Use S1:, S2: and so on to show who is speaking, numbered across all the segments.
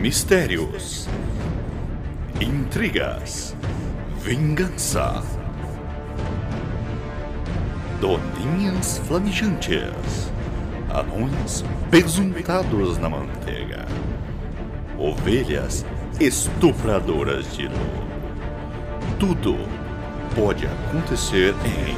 S1: Mistérios, intrigas, vingança, doninhas flamijantes, anões pesuntados na manteiga, ovelhas estupradoras de luz. Tudo pode acontecer em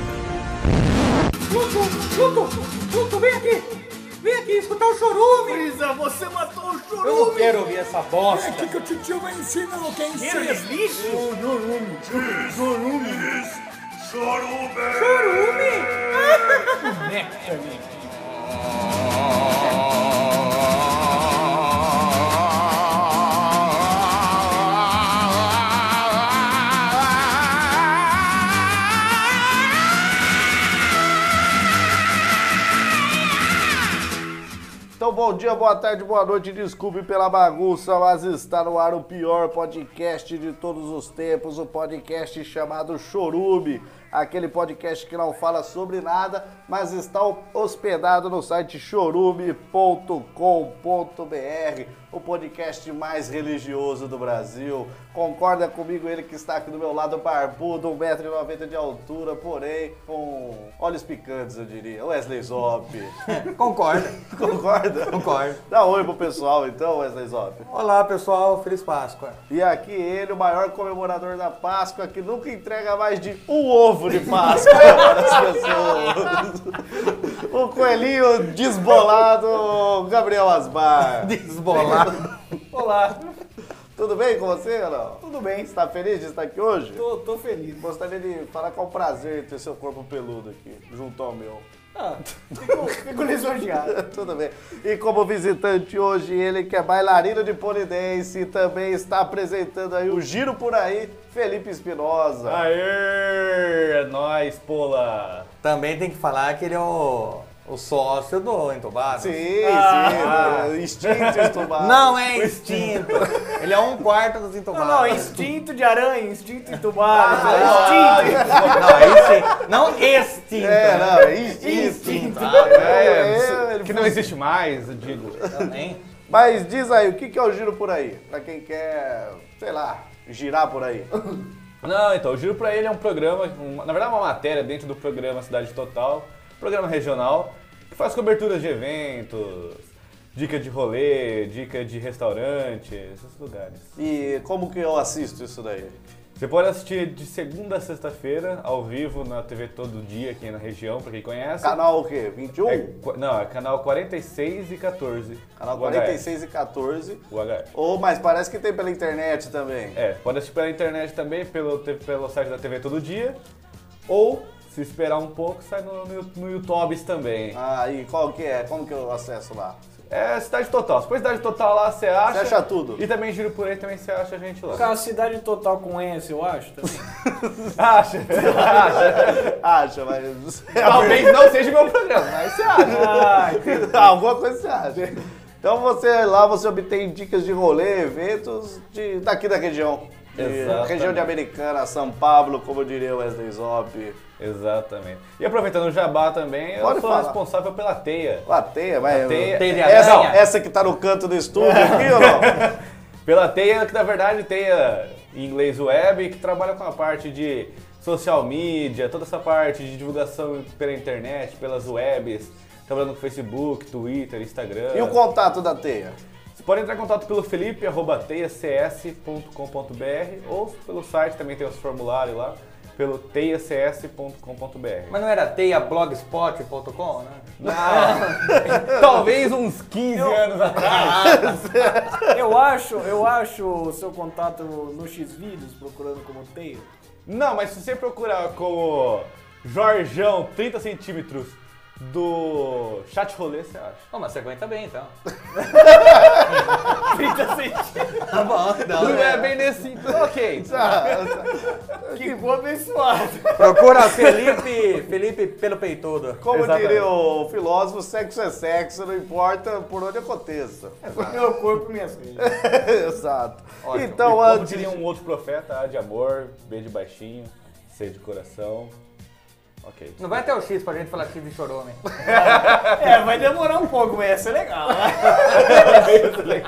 S2: Pluto, Pluto, Pluto, vem aqui! Vem aqui escutar o chorume!
S3: Brisa, você matou o
S4: Eu não quero ouvir essa bosta.
S2: que o tio vai ensinar o que é
S3: lixo?
S2: Chorume?
S5: Então, bom dia, boa tarde, boa noite. Desculpe pela bagunça, mas está no ar o pior podcast de todos os tempos, o podcast chamado Chorume. Aquele podcast que não fala sobre nada, mas está hospedado no site chorume.com.br, o podcast mais religioso do Brasil. Concorda comigo ele que está aqui do meu lado, barbudo, 1,90m de altura, porém com olhos picantes, eu diria. Wesley Zop.
S4: Concordo.
S5: Concorda?
S4: Concordo.
S5: Dá oi pro pessoal então, Wesley Zop.
S4: Olá, pessoal. Feliz Páscoa.
S5: E aqui ele, o maior comemorador da Páscoa, que nunca entrega mais de um ovo de Páscoa para as pessoas. O coelhinho desbolado, Gabriel Asbar.
S4: Desbolado. Olá.
S5: Tudo bem com você, Ana? Tudo bem. Você tá feliz de estar aqui hoje?
S4: Tô, tô feliz.
S5: Gostaria de falar qual o prazer ter seu corpo peludo aqui, junto ao meu.
S4: Ah, fico, fico lisonjeado.
S5: Tudo bem. E como visitante hoje, ele que é bailarino de polidense e também está apresentando aí o Giro Por Aí, Felipe Espinosa.
S3: Aê, é nóis, pola.
S4: Também tem que falar que ele é o, o sócio do Entubado.
S5: Sim, sim, né? instinto estubado.
S4: Ah. Não é instinto. ele é um quarto dos entubados.
S3: Não, é instinto de aranha, instinto entubado.
S5: Ah,
S3: é instinto.
S4: Não, é instinto. Não extinto. né?
S5: É, não, é instinto.
S4: Instinto.
S5: É, ele
S3: que não existe mais, eu digo.
S4: Também.
S5: Mas diz aí, o que que é o Giro Por Aí? Pra quem quer, sei lá, girar por aí.
S3: Não, então, o Giro Pra Ele é um programa, uma- na verdade é uma matéria dentro do programa Cidade Total, programa regional, que faz coberturas de eventos, dica de rolê, dica de restaurante, esses lugares.
S5: E como que eu assisto isso daí?
S3: Você pode assistir de segunda a sexta-feira, ao vivo, na TV Todo Dia, aqui na região, pra quem conhece.
S5: Canal o quê? 21?
S3: É, qu- não, é canal 46 e 14.
S5: Canal
S3: UHF.
S5: 46 e 14.
S3: UHF.
S5: Ou, mas parece que tem pela internet também.
S3: É, pode assistir pela internet também, pelo, te- pelo site da TV Todo Dia. Ou, se esperar um pouco, sai no, no, no YouTube também.
S5: Ah, e qual que é? Como que eu acesso lá?
S3: É Cidade Total. Se for Cidade Total lá, você acha.
S5: Você acha tudo.
S3: E também Giro por aí, também você acha a gente lá.
S6: Caso Cidade Total com S, eu acho também.
S3: Acha, acha.
S5: Acha, mas. é
S3: Talvez não seja meu programa, mas você acha.
S6: Ah,
S5: Ah, Alguma coisa você acha. Então você lá você obtém dicas de rolê, eventos de, daqui da região. De-
S3: Exatamente.
S5: região de Americana, São Pablo, como diria o Wesley Zop.
S3: Exatamente. E aproveitando o Jabá também, eu
S5: Pode
S3: sou
S5: falar.
S3: responsável pela teia.
S5: Lateia, vai. É,
S3: Teia- É.
S4: Teia de
S5: Essa,
S4: aranha.
S5: essa que tá no canto do estúdio aqui, ou não?
S3: Pela teia, que na verdade teia em inglês web, que trabalha com a parte de social media, toda essa parte de divulgação pela internet, pelas webs, trabalhando com Facebook, Twitter, Instagram.
S5: E o contato da teia?
S3: Você pode entrar em contato pelo Felipe, arroba teiacs.com.br ou pelo site, também tem os formulários lá, pelo teiacs.com.br.
S4: Mas não era teiablogspot.com, né?
S3: Não, talvez uns 15 anos atrás.
S6: Eu acho, eu acho o seu contato no Xvideos, procurando como Teio.
S3: Não, mas se você procurar como Jorjão 30 centímetros do chat rolê, você acha.
S4: Pô, mas você aguenta bem, então.
S6: 30 centímetros.
S4: Tá bom,
S3: Não é bem nesse. Ok.
S5: Ah,
S6: Que vou abençoado.
S4: Procura Felipe, Felipe pelo peitudo.
S5: Como
S3: Exatamente.
S5: diria o filósofo, sexo é sexo, não importa por onde aconteça.
S6: É, Meu corpo, minhas coisas.
S5: Exato.
S4: Ótimo.
S3: E
S5: Então,
S3: como
S5: antes.
S3: diria um outro profeta, A de amor, B de baixinho, C de coração. Ok. tá,
S4: Não vai até o X pra gente falar X de chorume.
S6: É, vai demorar um pouco, mas essa é legal. né?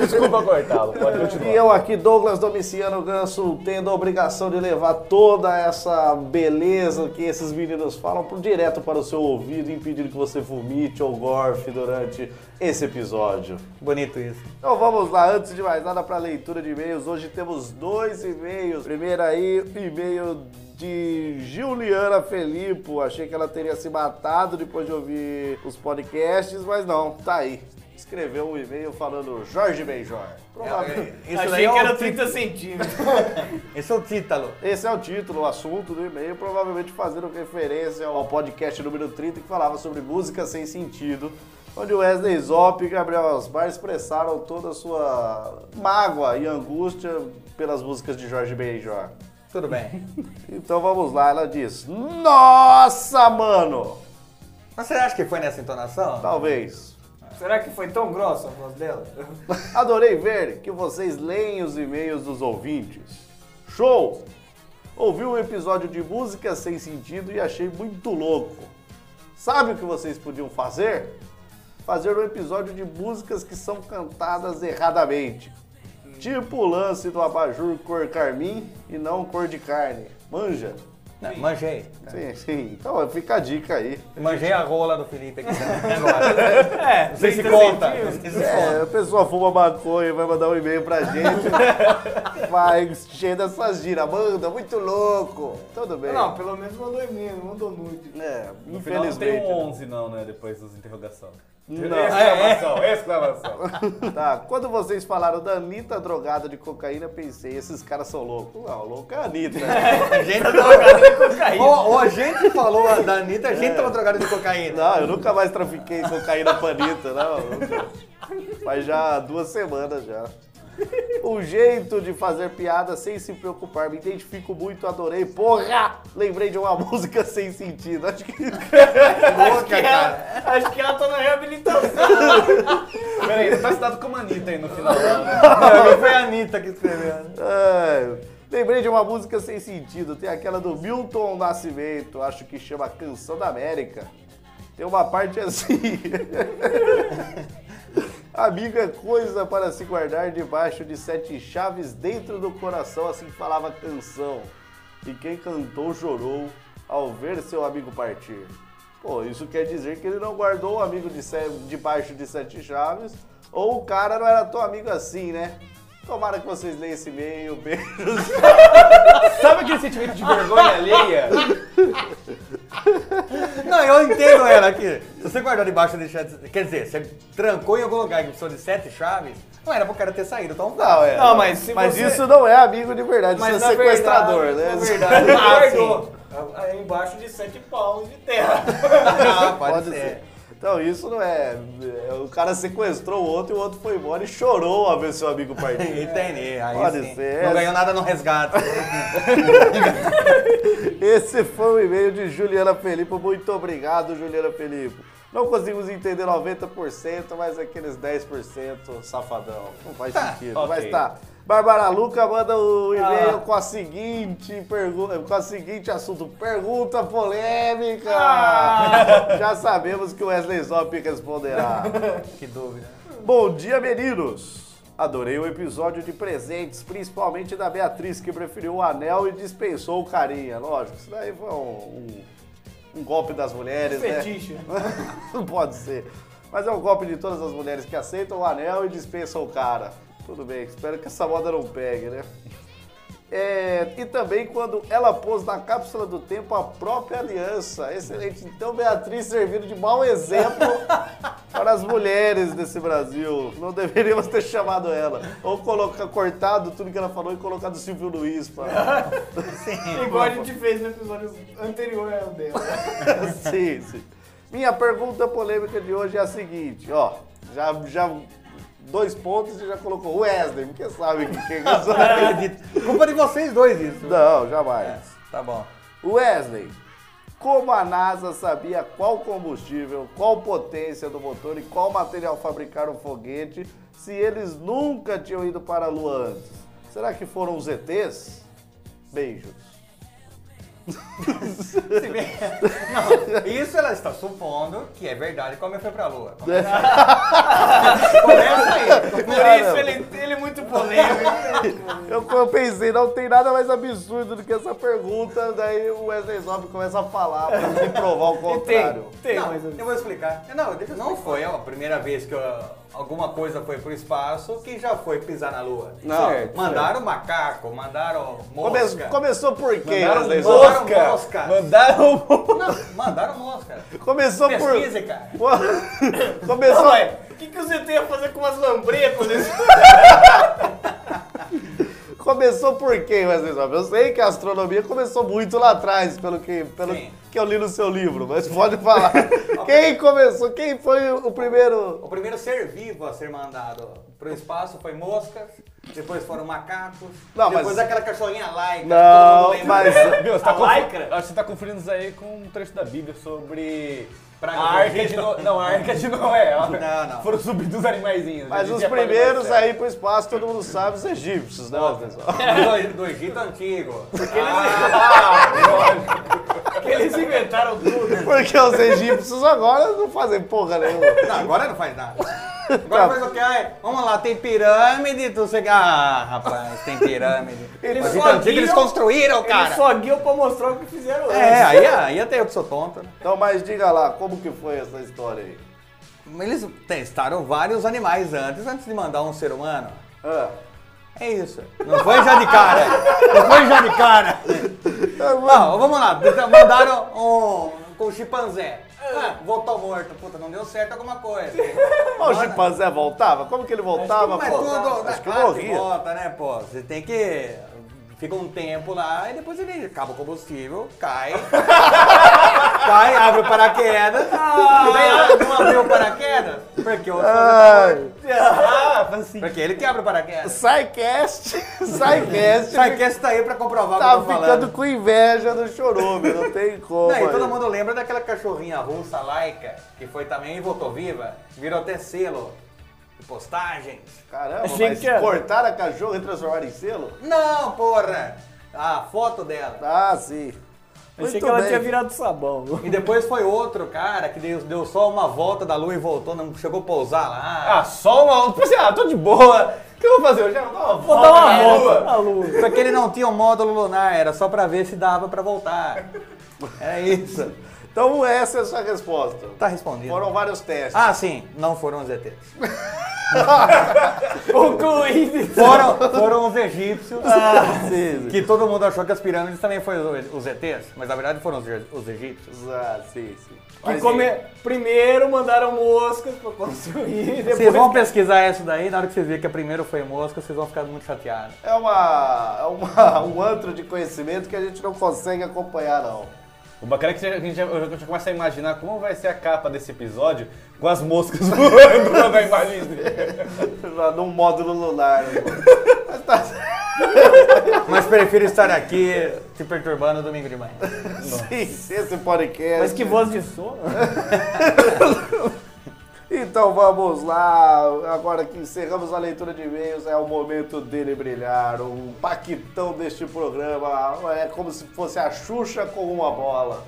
S3: Desculpa cortá-lo, pode
S5: E
S3: continuar.
S5: eu aqui, Douglas Domiciano Ganso, tendo a obrigação de levar toda essa beleza que esses meninos falam pro- direto para o seu ouvido, impedindo que você vomite ou gorfe durante esse episódio.
S4: Bonito isso.
S5: Então vamos lá, antes de mais nada, para a leitura de e-mails. Hoje temos dois e-mails. Primeiro aí, o e-mail de Juliana Felipe. Achei que ela teria se matado depois de ouvir os podcasts, mas não, tá aí. Escreveu um e-mail falando Jorge Benjor. Provavelmente.
S4: Isso
S6: Achei
S4: daí é
S6: que
S4: o
S6: era
S4: ti-
S6: 30 centímetros.
S4: Esse é o título.
S5: Esse é o título, o assunto do e-mail, provavelmente fazendo referência ao podcast número 30 que falava sobre música sem sentido, onde Wesley Zop e Gabriel Osmar expressaram toda a sua mágoa e angústia pelas músicas de Jorge Benjor.
S4: Tudo bem.
S5: Então vamos lá, ela diz: Nossa, mano!
S4: Mas você acha que foi nessa entonação?
S5: Talvez.
S6: Será que foi tão grossa a voz dela?
S5: Adorei ver que vocês leem os e-mails dos ouvintes. Show! Ouvi um episódio de música sem sentido e achei muito louco. Sabe o que vocês podiam fazer? Fazer um episódio de músicas que são cantadas erradamente. Tipo o lance do abajur cor carmim e não cor de carne. Manja?
S4: Não, manjei.
S5: Sim, sim. Então fica a dica aí.
S4: Manjei a rola do Felipe aqui também agora.
S6: É,
S4: Não sei se conta. Não sei se
S5: É,
S4: conta.
S5: a pessoa fuma maconha, vai mandar um e-mail pra gente. vai cheio dessas giras. Manda, muito louco. Tudo bem.
S6: Não, pelo menos mandou e-mail, não mandou nude.
S5: É,
S3: No final não tem
S5: infelizmente.
S3: um 11 não, né, depois dos interrogação.
S5: Não.
S3: Exclamação, exclamação.
S5: Tá, quando vocês falaram da Anitta drogada de cocaína, pensei, esses caras são loucos. Não, louco é a Anitta.
S4: A gente tá drogado de cocaína. Ou, ou a gente falou a da Anitta, a
S6: É.
S4: gente tava drogado de cocaína.
S5: Não, eu nunca mais trafiquei cocaína pra Anitta, não. nunca. Faz já duas semanas já. O jeito de fazer piada sem se preocupar. Me identifico muito, adorei. Porra! Lembrei de uma música sem sentido. Acho que.
S4: Louca, cara.
S6: Acho que ela tá na reabilitação.
S3: Peraí, você tá citado como Anitta aí no final. né?
S4: Não, foi a Anitta que escreveu.
S5: Ai, lembrei de uma música sem sentido. Tem aquela do Milton Nascimento, acho que chama Canção da América. Tem uma parte assim. Amigo é coisa para se guardar debaixo de sete chaves dentro do coração, assim falava a canção. E quem cantou chorou ao ver seu amigo partir. Pô, isso quer dizer que ele não guardou o amigo de se- debaixo de sete chaves, ou o cara não era tão amigo assim, né? Tomara que vocês leiam esse e-mail, beijos.
S3: Sabe aquele sentimento Um de vergonha alheia?
S4: Não, eu entendo ela aqui. Se você guardou debaixo de chaves. Quer dizer, você trancou em algum lugar que precisou de sete chaves, não era pro cara ter saído então tão fácil.
S5: Não, é.
S6: Não, mas se
S5: Mas
S6: você-
S5: isso não é amigo de verdade,
S6: Mas
S5: isso é
S6: na
S5: sequestrador,
S6: verdade,
S5: né?
S6: Na verdade, guardou. Ah, Embaixo de 7 palmos de terra.
S4: Ah, pode,
S5: Pode ser. Então isso não é. é, O cara sequestrou o outro e o outro foi embora e chorou a ver seu amigo partir.
S4: Entendi, aí
S5: Pode
S4: sim.
S5: ser.
S4: Não ganhou nada no resgate.
S5: Esse foi o e-mail de Juliana Felipe. Muito obrigado, Juliana Felipe. Não conseguimos entender 90%, mas aqueles 10% safadão. Não faz sentido.
S3: ok.
S5: Mas tá. Bárbara Luca manda o e-mail
S6: Ah.
S5: com a seguinte pergunta, com a seguinte assunto, pergunta polêmica. Já sabemos que o Wesley Zop responderá.
S4: que dúvida.
S5: Bom dia, meninos! Adorei o episódio de presentes, principalmente da Beatriz, que preferiu o anel e dispensou o carinha. Lógico, isso daí foi um, um- um golpe das mulheres, né?
S6: Fetiche.
S5: Não pode ser. Mas é um golpe de todas as mulheres que aceitam o anel e dispensam o cara. Tudo bem, espero que essa moda não pegue, né? É, e também quando ela pôs na cápsula do tempo a própria aliança. Excelente. Então, Beatriz servindo de mau exemplo para as mulheres desse Brasil. Não deveríamos ter chamado ela. Ou colocar, cortado tudo que ela falou e colocado o Silvio Luiz para.
S6: Igual a gente fez no episódio anterior ao dela.
S5: sim, sim. Minha pergunta polêmica de hoje é a seguinte, ó. Já. já dois pontos e já colocou Wesley, porque sabe que quem
S4: Não acredito. Culpa de vocês dois isso.
S5: Não, jamais.
S4: Tá bom.
S5: Wesley, como a NASA sabia qual combustível, qual potência do motor e qual material fabricar um foguete se eles nunca tinham ido para a Lua antes? Será que foram os ETs? Beijos.
S4: Se bem- Não, isso ela está supondo que é verdade como eu fui pra lua. Começa, começa aí.
S6: Por isso
S4: é
S5: Eu, eu pensei, não tem nada mais absurdo do que essa pergunta, daí o Wesley Zop começa a falar pra me provar o contrário.
S6: Tem,
S4: não,
S6: mas
S4: eu vou explicar. Não, deixa eu não foi a primeira vez que ó, alguma coisa foi pro espaço que já foi pisar na lua.
S5: Não.
S4: Certo, mandaram macaco, mandaram
S5: Come-
S4: mosca.
S5: começou por quê,
S3: Mandaram
S5: Wesley Zop?
S4: Mandaram um
S3: mosca!
S4: é mosca.
S3: Mandaram mosca!
S4: Não, mandaram mosca.
S5: Começou por.
S4: Pesquisa, cara.
S5: começou.
S6: O que, que o ZT ia fazer com umas lambretas nesse
S5: Começou por quê, Wesley Zop? Eu sei que a astronomia começou muito lá atrás, pelo que, pelo
S4: Sim.
S5: que eu li no seu livro, mas pode falar. quem começou? Quem foi o primeiro?
S4: O primeiro ser vivo a ser mandado pro espaço foi moscas, depois foram macacos,
S5: Não, mas-
S4: depois aquela cachorrinha laica. que todo mundo
S5: Não,
S4: lembra.
S5: mas.
S3: Viu, você tá,
S6: A
S3: confu-
S6: lycra?
S3: Acho que você tá confundindo isso aí com um trecho da Bíblia sobre.
S6: Ah,
S4: Praga
S3: a arca de Noé. Não, a arca de Noé. ó.
S4: Não, não.
S3: Foram subidos os animaizinhos. né?
S5: Mas
S3: A gente
S5: os
S3: ia pra
S5: primeiros
S3: Noé,
S5: aí pro espaço, todo mundo sabe, os egípcios, né, pessoal?
S4: Do, do Egito Antigo. Ah,
S6: que eles inventaram tudo?
S5: Porque os egípcios agora não fazem porra nenhuma.
S4: Não, agora não faz nada. Agora faz o quê? Ai, Vamos lá, tem pirâmide, tu sei que- Ah, rapaz, tem pirâmide.
S6: Eles
S4: Mas
S6: só
S4: então, o que que eles
S6: guiam-
S4: construíram, cara?
S6: Eles só guiam pra mostrar o que fizeram antes.
S4: É, aí, aí até eu que sou tonto. né?
S5: Então, mas diga lá, como que foi essa história aí?
S4: Eles testaram vários animais antes, antes de mandar um ser humano.
S5: Ah.
S4: É isso. Não foi já de cara. Não foi já de cara. Não, vamos lá. Mandaram um com chimpanzé. Ah, voltou morto. Puta, não deu certo alguma coisa.
S5: Mas o chimpanzé voltava? Como que ele voltava?
S4: Mas
S5: é né? pô?
S4: é tudo,
S5: Acho que
S4: claro que
S5: morria.
S4: volta, né, pô? Você tem que. Fica um tempo lá e depois ele acaba o combustível, cai. cai, abre o paraquedas. Daí, ah, não abriu o paraquedas? Porque o outro tá morto. Porque ele que abre o paraquedas.
S5: Sycast, Sycast
S4: Sai que esse tá aí pra comprovar
S5: tá
S4: o que eu tô
S5: ficando
S4: falando.
S5: com inveja do chorume, não tem como.
S4: Não, e todo
S5: aí.
S4: mundo lembra daquela cachorrinha russa laica, que foi também e voltou viva, virou até selo de postagens.
S5: Caramba,
S6: Achei
S5: mas
S6: que era.
S5: cortaram a cachorra e transformaram em selo?
S4: Não, porra! A foto dela.
S5: Ah, sim.
S6: Achei
S5: Muito
S6: que ela
S5: bem.
S6: tinha virado sabão.
S4: E depois foi outro cara que deu, deu só uma volta da lua e voltou, não chegou a pousar lá.
S3: Ah, só uma. Tipo assim, ah, tô de boa. O que eu vou fazer? Eu já vou dar uma
S6: Vou
S3: volta.
S6: dar uma
S3: na
S6: volta
S3: lua.
S6: na lua.
S4: Porque ele não tinha um módulo lunar, era só pra ver se dava pra voltar. Era isso.
S5: Então essa é a sua resposta.
S4: Tá respondido.
S5: Foram vários testes.
S4: Ah, sim, não foram os ETs.
S6: Concluído.
S4: Foram, foram os egípcios.
S5: Ah, sim, sim.
S4: Que todo mundo achou que as pirâmides também foram os ETs, mas na verdade foram os e- os egípcios.
S5: Ah, sim, sim.
S6: Que come- Primeiro mandaram moscas pra construir,
S4: Vocês
S6: depois...
S4: vão pesquisar isso daí, na hora que vocês verem que a primeira foi mosca, vocês vão ficar muito chateados.
S5: É, uma, é uma, um antro de conhecimento que a gente não consegue acompanhar, não.
S3: O bacana é que a gente já, eu já começo a imaginar como vai ser a capa desse episódio com as moscas voando lá na imagem dele.
S5: Já Num módulo lunar. né?
S4: Mas prefiro estar aqui te perturbando domingo de manhã.
S5: Sim, esse podcast.
S6: Mas que voz de sono.
S5: Então vamos lá, agora que encerramos a leitura de e-mails, é o momento dele brilhar, o paquitão deste programa, é como se fosse a Xuxa com uma bola.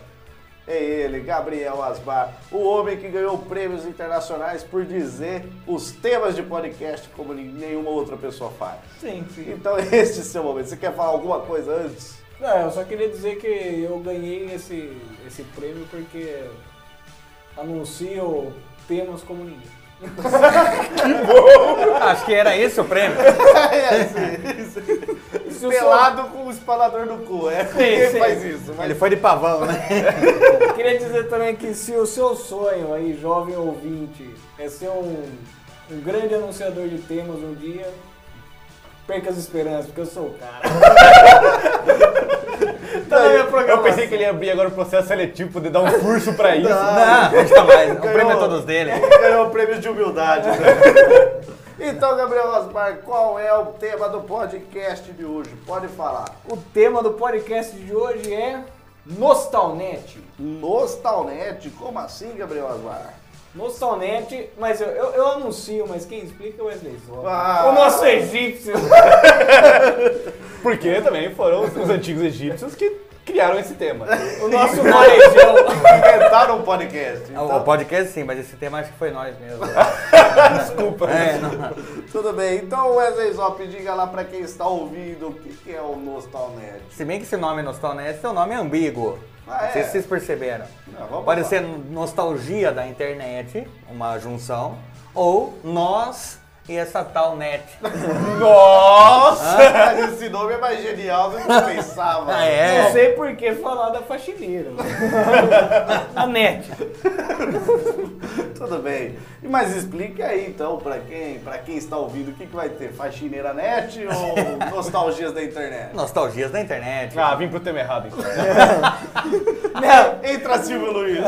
S5: É ele, Gabriel Asbar, o homem que ganhou prêmios internacionais por dizer os temas de podcast como nenhuma outra pessoa faz.
S6: Sim, sim.
S5: Então este é o seu momento, você quer falar alguma coisa antes?
S6: Não, eu só queria dizer que eu ganhei esse, esse prêmio porque anuncio temas como ninguém.
S4: Ah, Acho que era esse o prêmio.
S6: Se eu sou-
S5: Pelado com o espalador no cu, é quem
S6: sim.
S5: faz isso, mas
S4: Ele foi de pavão, né?
S6: Queria dizer também que se o seu sonho aí, jovem ouvinte, é ser um, um grande anunciador de temas um dia, perca as esperanças, porque eu sou o cara. tá na minha
S3: Eu
S6: programação.
S3: pensei que ele ia abrir agora o processo seletivo, poder dar um furso pra isso.
S4: Não, jamais. O prêmio é todos dele.
S5: ganhou o prêmio de humildade. Né? Então, Gabriel Osmar, qual é o tema do podcast de hoje? Pode falar.
S6: O tema do podcast de hoje é Nostalnet.
S5: Nostalnet, como assim, Gabriel Osmar?
S6: Nostalnet, mas eu, eu, eu anuncio, mas quem explica é o Wesley Zó.
S5: Ah.
S6: O nosso egípcio.
S3: Porque também foram os os antigos egípcios que criaram esse tema.
S6: O nosso marejão.
S5: Inventaram um podcast.
S4: O
S5: Então,
S6: Tá.
S4: podcast sim, mas esse tema acho que foi nós mesmo.
S3: Desculpa.
S4: É, não.
S5: Tudo bem, então Wesley Zop, diga lá pra quem está ouvindo o que, que é o Nostalnet.
S4: Se bem que esse nome Nostalnet, seu nome é ambíguo.
S5: Ah,
S4: Não sei
S5: é?
S4: se vocês perceberam.
S5: Não, vamos
S4: Pode
S5: lá.
S4: ser nostalgia da internet, uma junção, ou nós e essa tal net.
S3: Nossa!
S5: Esse nome é mais genial do que eu pensava.
S4: Ah,
S6: Não
S4: é?
S6: sei por que falar da faxineira. A net.
S5: Tudo bem. Mas explique aí então pra quem, pra quem está ouvindo, o que, que vai ter? Faxineira net ou nostalgias da internet?
S4: Nostalgias da internet.
S3: Ah, vim pro tema errado então.
S6: Minha,
S5: Entra Silvio Luiz.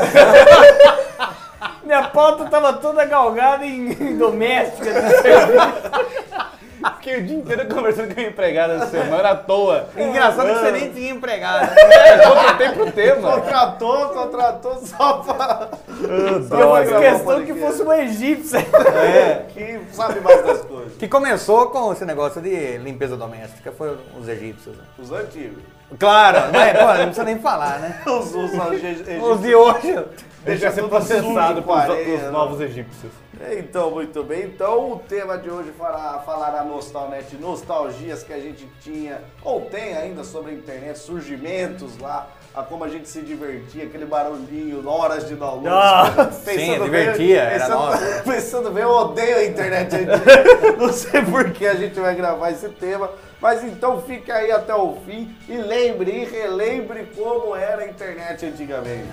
S6: minha pauta tava toda galgada em, em doméstica.
S3: Fiquei o dia inteiro conversando com a empregada essa semana à toa.
S4: Engraçado que você nem tinha empregado.
S3: É, eu contratei pro tema.
S5: Contratou, contratou só pra.
S6: Eu
S5: Droga,
S6: fiz questão que
S5: podcast.
S6: fosse
S4: É um
S6: uma egípcia.
S5: Que sabe mais das coisas.
S4: Que começou com esse negócio de limpeza doméstica, foi os egípcios. né?
S5: Os antigos.
S4: Claro, né? Pô, não precisa nem falar, né?
S5: Os, os, ange-
S4: Os de hoje.
S3: Deixa
S5: tudo
S3: ser processado
S5: sujo,
S3: pelos,
S5: areia,
S3: pelos
S5: né?
S3: novos egípcios.
S5: Então, muito bem. Então, o tema de hoje fará, falará Nostalnet, nostalgias que a gente tinha ou tem ainda sobre a internet, surgimentos lá, a como a gente se divertia, aquele barulhinho, horas de download.
S4: Ah,
S5: Pensando
S4: sim,
S5: bem,
S4: divertia, era
S5: pensando-
S4: nossa.
S5: Pensando bem, eu odeio a internet. gente. Não sei por que a gente vai gravar esse tema, mas então fique aí até o fim e lembre e relembre como era a internet antigamente.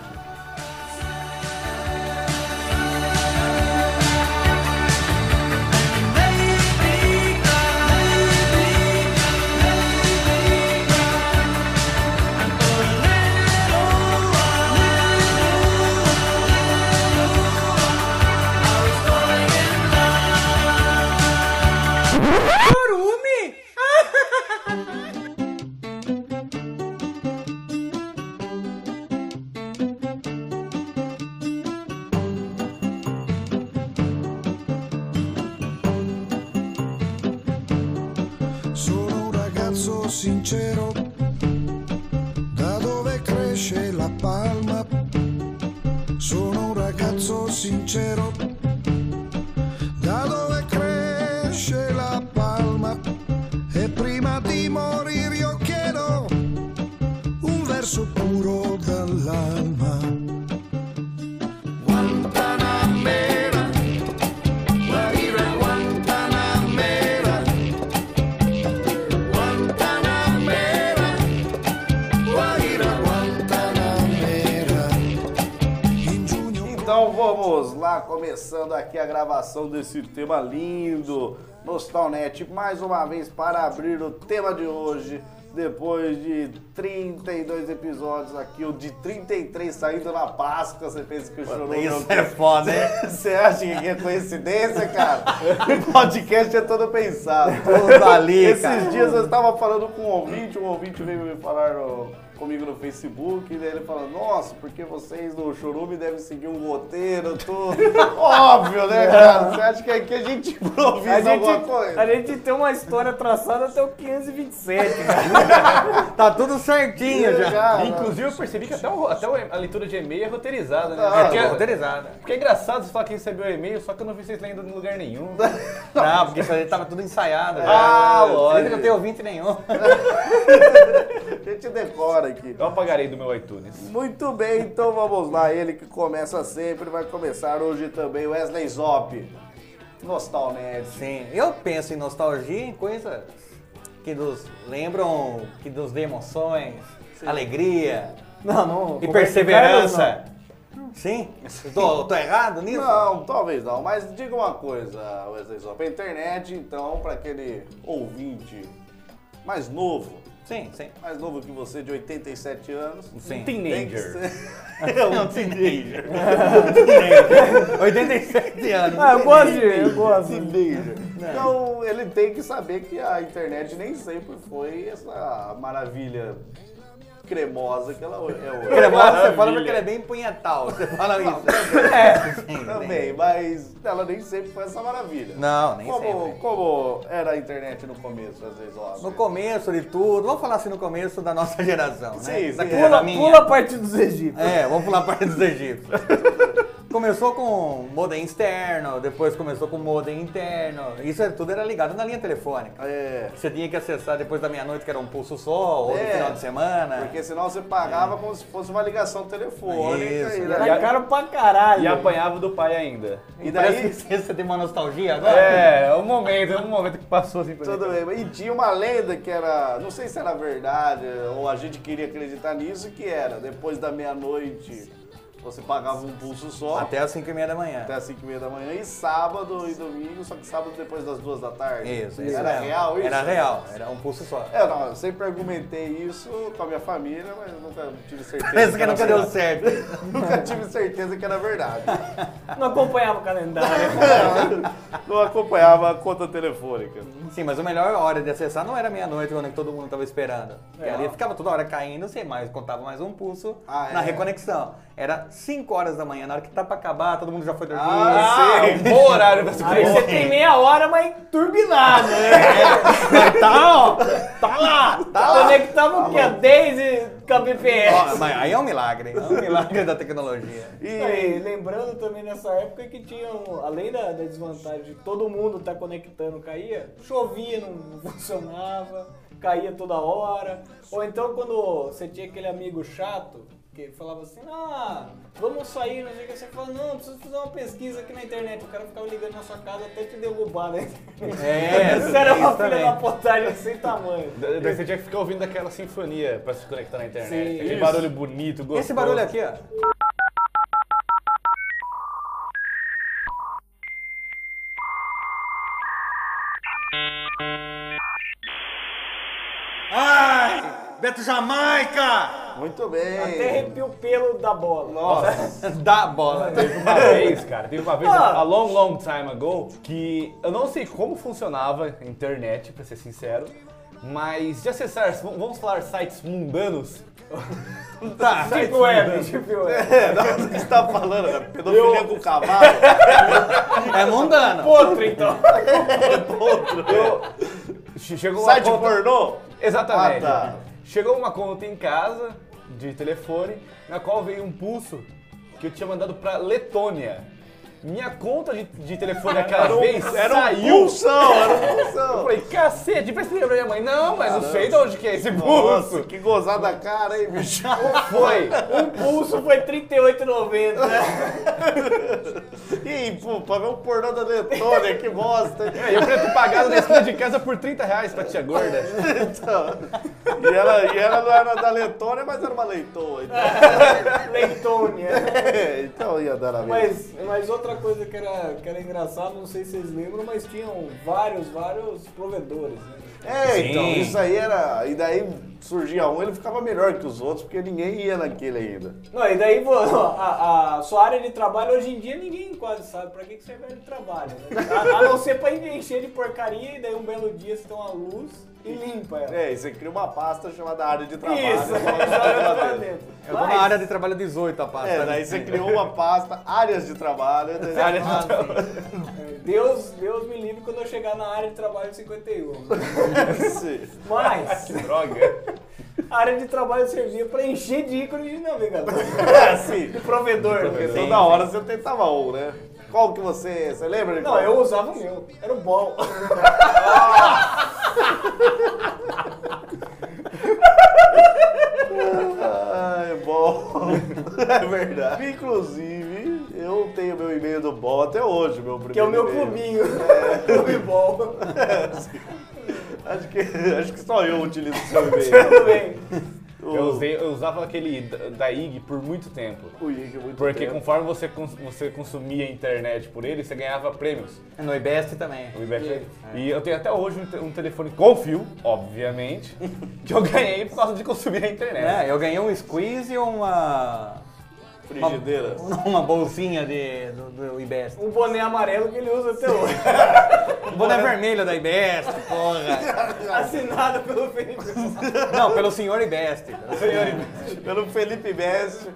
S2: Chorume?
S7: Sono un ragazzo sincero, da dove cresce la palma. Sono un ragazzo sincero, da dove cresce la palma. E prima di morire io chiedo un verso puro dall'alma. Guantanamera, guarire Guantanamera. Guantanamera, guarira Guantanamera. In giugno
S5: Então vamos lá, começando aqui a gravação desse tema lindo, Nostalnet, mais uma vez para abrir o tema de hoje, depois de 32 episódios aqui, ou de 33 saindo na Páscoa, você pensa que o Chorou não
S4: Isso é foda, hein?
S5: Você acha que aqui é coincidência, cara? O podcast é todo pensado.
S4: Tudo ali,
S5: Esses
S4: cara.
S5: dias eu estava falando com um ouvinte, um ouvinte veio me falar no- comigo no Facebook, e daí ele falou, nossa, porque vocês no Chorume devem seguir um roteiro, tudo. Óbvio, né, cara? Você acha que aqui a gente improvisa
S6: A gente,
S5: alguma coisa?
S6: a gente tem uma história traçada até o 527.
S4: Tá tudo certinho já.
S5: Cara,
S3: né? Inclusive, eu percebi que até, o- até o- a leitura de e-mail é roteirizada, né?
S5: Ah,
S3: porque,
S4: É roteirizada.
S3: porque é engraçado você falar que recebeu o e-mail, só que eu não vi vocês lendo em lugar nenhum.
S4: Não, porque isso aí tava tudo ensaiado.
S3: Ah, lógico.
S4: lógico. Não tem ouvinte nenhum.
S5: a gente decora aqui.
S3: Eu apagarei do meu iTunes.
S5: Muito bem, então vamos lá. Ele que começa sempre, vai começar hoje também, Wesley Zop. Nostalnet.
S4: Sim, eu penso em nostalgia, em coisas que nos lembram, que nos dê emoções, alegria
S6: Não, não.
S4: e
S6: conversa
S4: perseverança. Sim? Tô, tô errado nisso?
S5: Não, talvez não, mas diga uma coisa, Wesley Zop. A internet, então, para aquele ouvinte mais novo,
S4: Sim, sim.
S5: mais novo que você, de 87 anos.
S4: Sim.
S5: tem que
S3: Teenager.
S5: ser- É um teenager.
S4: 87 anos.
S6: com ela, não. Ah, eu gosto de. Eu gosto.
S5: Teenager. Então, ele tem que saber que a internet nem sempre foi essa maravilha cremosa que ela é hoje.
S4: Cremosa, você fala
S3: Maravilha.
S4: porque ele é bem punhetal. Você fala isso. Sim,
S5: Também, mas ela nem sempre foi essa maravilha.
S4: Não, nem
S5: como,
S4: sempre.
S5: como era a internet no começo, Wesley Zop?
S4: No começo de tudo, vamos falar assim no começo da nossa geração, né?
S5: Sim, sim.
S4: Da-
S5: Pula-
S4: da
S6: Pula,
S4: minha.
S6: pula a parte dos egípcios.
S4: É, vamos pular a parte dos egípcios. Começou com modem externo, depois começou com modem interno. Isso é- tudo era ligado na linha telefônica.
S5: É.
S4: Você tinha que acessar depois da meia-noite, que era um pulso só, ou no
S5: É.
S4: final de semana.
S5: Porque senão você pagava como se fosse uma ligação telefônica.
S4: É. Isso.
S5: e
S6: Era
S5: daí-
S6: caro pra caralho.
S3: E apanhava do pai ainda.
S5: E
S4: Parece
S5: daí,
S4: que você tem uma nostalgia agora.
S3: É, é um momento, é um momento que passou assim pra mim.
S5: tudo bem. E tinha uma lenda que era, não sei se era verdade, ou a gente queria acreditar nisso, que era, depois da meia-noite, você pagava um pulso só, até,
S4: Até as 5 e meia da manhã.
S5: às 5 e meia da manhã, e sábado e domingo, só que sábado depois das duas da tarde.
S4: Isso, isso.
S5: Era
S4: mesmo.
S5: real isso?
S4: Era real, era um pulso só.
S5: É, não, eu sempre argumentei isso com a minha família, mas nunca tive certeza.
S4: Parece que
S5: era assim,
S4: nunca deu
S5: verdade.
S4: certo.
S5: Nunca tive certeza que era verdade.
S6: Não acompanhava o calendário.
S5: Não acompanhava a conta telefônica.
S4: Sim, mas a melhor hora de acessar não era meia-noite, quando todo mundo tava esperando. Porque ali ficava toda hora caindo, você mais contava mais um pulso
S5: É. Ah, é.
S4: na reconexão. Era 5 horas da manhã, na hora que tá pra acabar, todo mundo já foi dormir.
S5: Ah,
S4: é um bom horário pra se
S6: Aí você tem meia hora, mas turbinado, né? tá, ó. Tá lá. Tá lá. Conectava o quê? 10 e- com a
S4: Ó,
S6: BPS.
S4: mas aí é um milagre, é um milagre da tecnologia.
S6: E lembrando também nessa época que tinha, um- além da, da desvantagem de todo mundo estar conectando, caía, chovia, não, não funcionava, caía toda hora. Ou então quando você tinha aquele amigo chato, que falava assim, ah, vamos sair, não sei o que, você fala, não, preciso fazer uma pesquisa aqui na internet. O cara ficava ligando na sua casa até te derrubar né?
S4: É,
S6: Isso era uma
S4: isso
S6: filha
S4: também.
S6: da potagem sem tamanho.
S3: Da- Daí você tinha que ficar ouvindo aquela sinfonia pra se conectar na internet.
S6: Sim,
S3: Aquele
S6: isso.
S3: barulho bonito, gostoso.
S4: Esse barulho aqui, ó. Ai! Beto Jamaica!
S5: Muito bem.
S6: Até arrepia o pelo da bola.
S4: Dá bola.
S3: Teve uma vez, cara, teve uma vez,
S6: Ah.
S3: a long, long time ago, que eu não sei como funcionava a internet, pra ser sincero, mas de acessar, v- vamos falar, sites mundanos.
S4: Tá.
S6: Tipo web, tipo web.
S5: É, não, o que você tá falando, né? pedofilia com cavalo. tá
S4: É mundano.
S6: Outro então.
S3: Eu- che- chegou uma
S5: Site
S3: conta-
S5: pornô?
S3: Exatamente.
S5: Ah, tá.
S3: Chegou uma conta em casa, de telefone, na qual veio um pulso que eu tinha mandado pra Letônia. Minha conta de, de telefone aquela vez
S5: Era
S3: saiu.
S5: um pulsão, era um
S3: Eu
S5: pulsão.
S3: falei, cacete, vai ser pra minha mãe. Não, mas não sei de onde que é esse
S5: Nossa, Um
S3: pulso.
S5: que gozada a cara, hein, bicho?
S3: Foi.
S6: O pulso foi 38,90, né?
S5: Ih, pô, pra ver o pornô da Letônia, que bosta, hein?
S3: Eu preto pagado na esquina de casa por 30 reais pra tia gorda.
S5: E ela, e ela não era da Letônia, mas era uma leitoa. Então,
S6: Leitônia.
S5: É, então ia dar a mesma.
S6: Mas, mas outra coisa que era, que era engraçado, não sei se vocês lembram, mas tinham vários, vários provedores, né?
S5: É, então, isso aí era. E daí surgia um, ele ficava melhor que os outros, porque ninguém ia naquele ainda.
S6: Não, e daí vo- a, a sua área de trabalho hoje em dia ninguém quase sabe pra que, que serve a área de trabalho. Né? A, a não ser pra encher de porcaria e daí um belo dia você tem uma luz e limpa ela.
S5: É, e você cria uma pasta chamada área de É, trabalho. É
S6: Isso,
S5: Coloca
S6: joga
S5: lá
S6: pra
S5: dentro.
S6: dentro.
S4: Eu tô na área de trabalho 18, a pasta.
S5: É, daí você criou uma pasta, áreas de trabalho. né? e daí-
S4: Ah, sim.
S6: Deus, Deus me livre quando eu chegar na área de trabalho 51.
S5: Sim.
S6: né? Mas
S5: é.
S3: Droga.
S6: a área de trabalho servia pra encher de ícone de navegador.
S5: É, sim.
S6: De provedor.
S5: Porque
S6: né?
S5: toda hora você tentava um, né? Qual que você. é? Você lembra? de
S6: Não,
S5: qual?
S6: eu usava o meu. Era o bom.
S5: Ah, é bom. É verdade. Inclusive, eu tenho meu e-mail do Bom até hoje, meu primeiro.
S6: Que é o meu
S5: e-mail.
S6: clubinho.
S4: É.
S6: Clube bom.
S5: Acho que, acho que só eu utilizo o seu e-mail.
S6: Tudo bem.
S3: Eu, usei- eu usava aquele da- da IG por muito tempo.
S5: O Ig, muito
S3: Porque
S5: tempo.
S3: conforme você, cons- você consumia a internet por ele, você ganhava prêmios.
S4: No IBEST também.
S3: O Ibex- E eu tenho até hoje um, te- um telefone com fio, obviamente, que eu ganhei por causa de consumir a internet.
S4: É, eu ganhei um squeeze e uma.
S5: Frigideira.
S4: Uma bolsinha de, do, do IBEST.
S6: Um boné amarelo que ele usa até hoje.
S4: Um
S5: é.
S4: boné vermelho da IBEST, porra.
S6: Assinado pelo Felipe.
S4: Não, pelo senhor IBEST.
S5: Pelo Felipe Messi.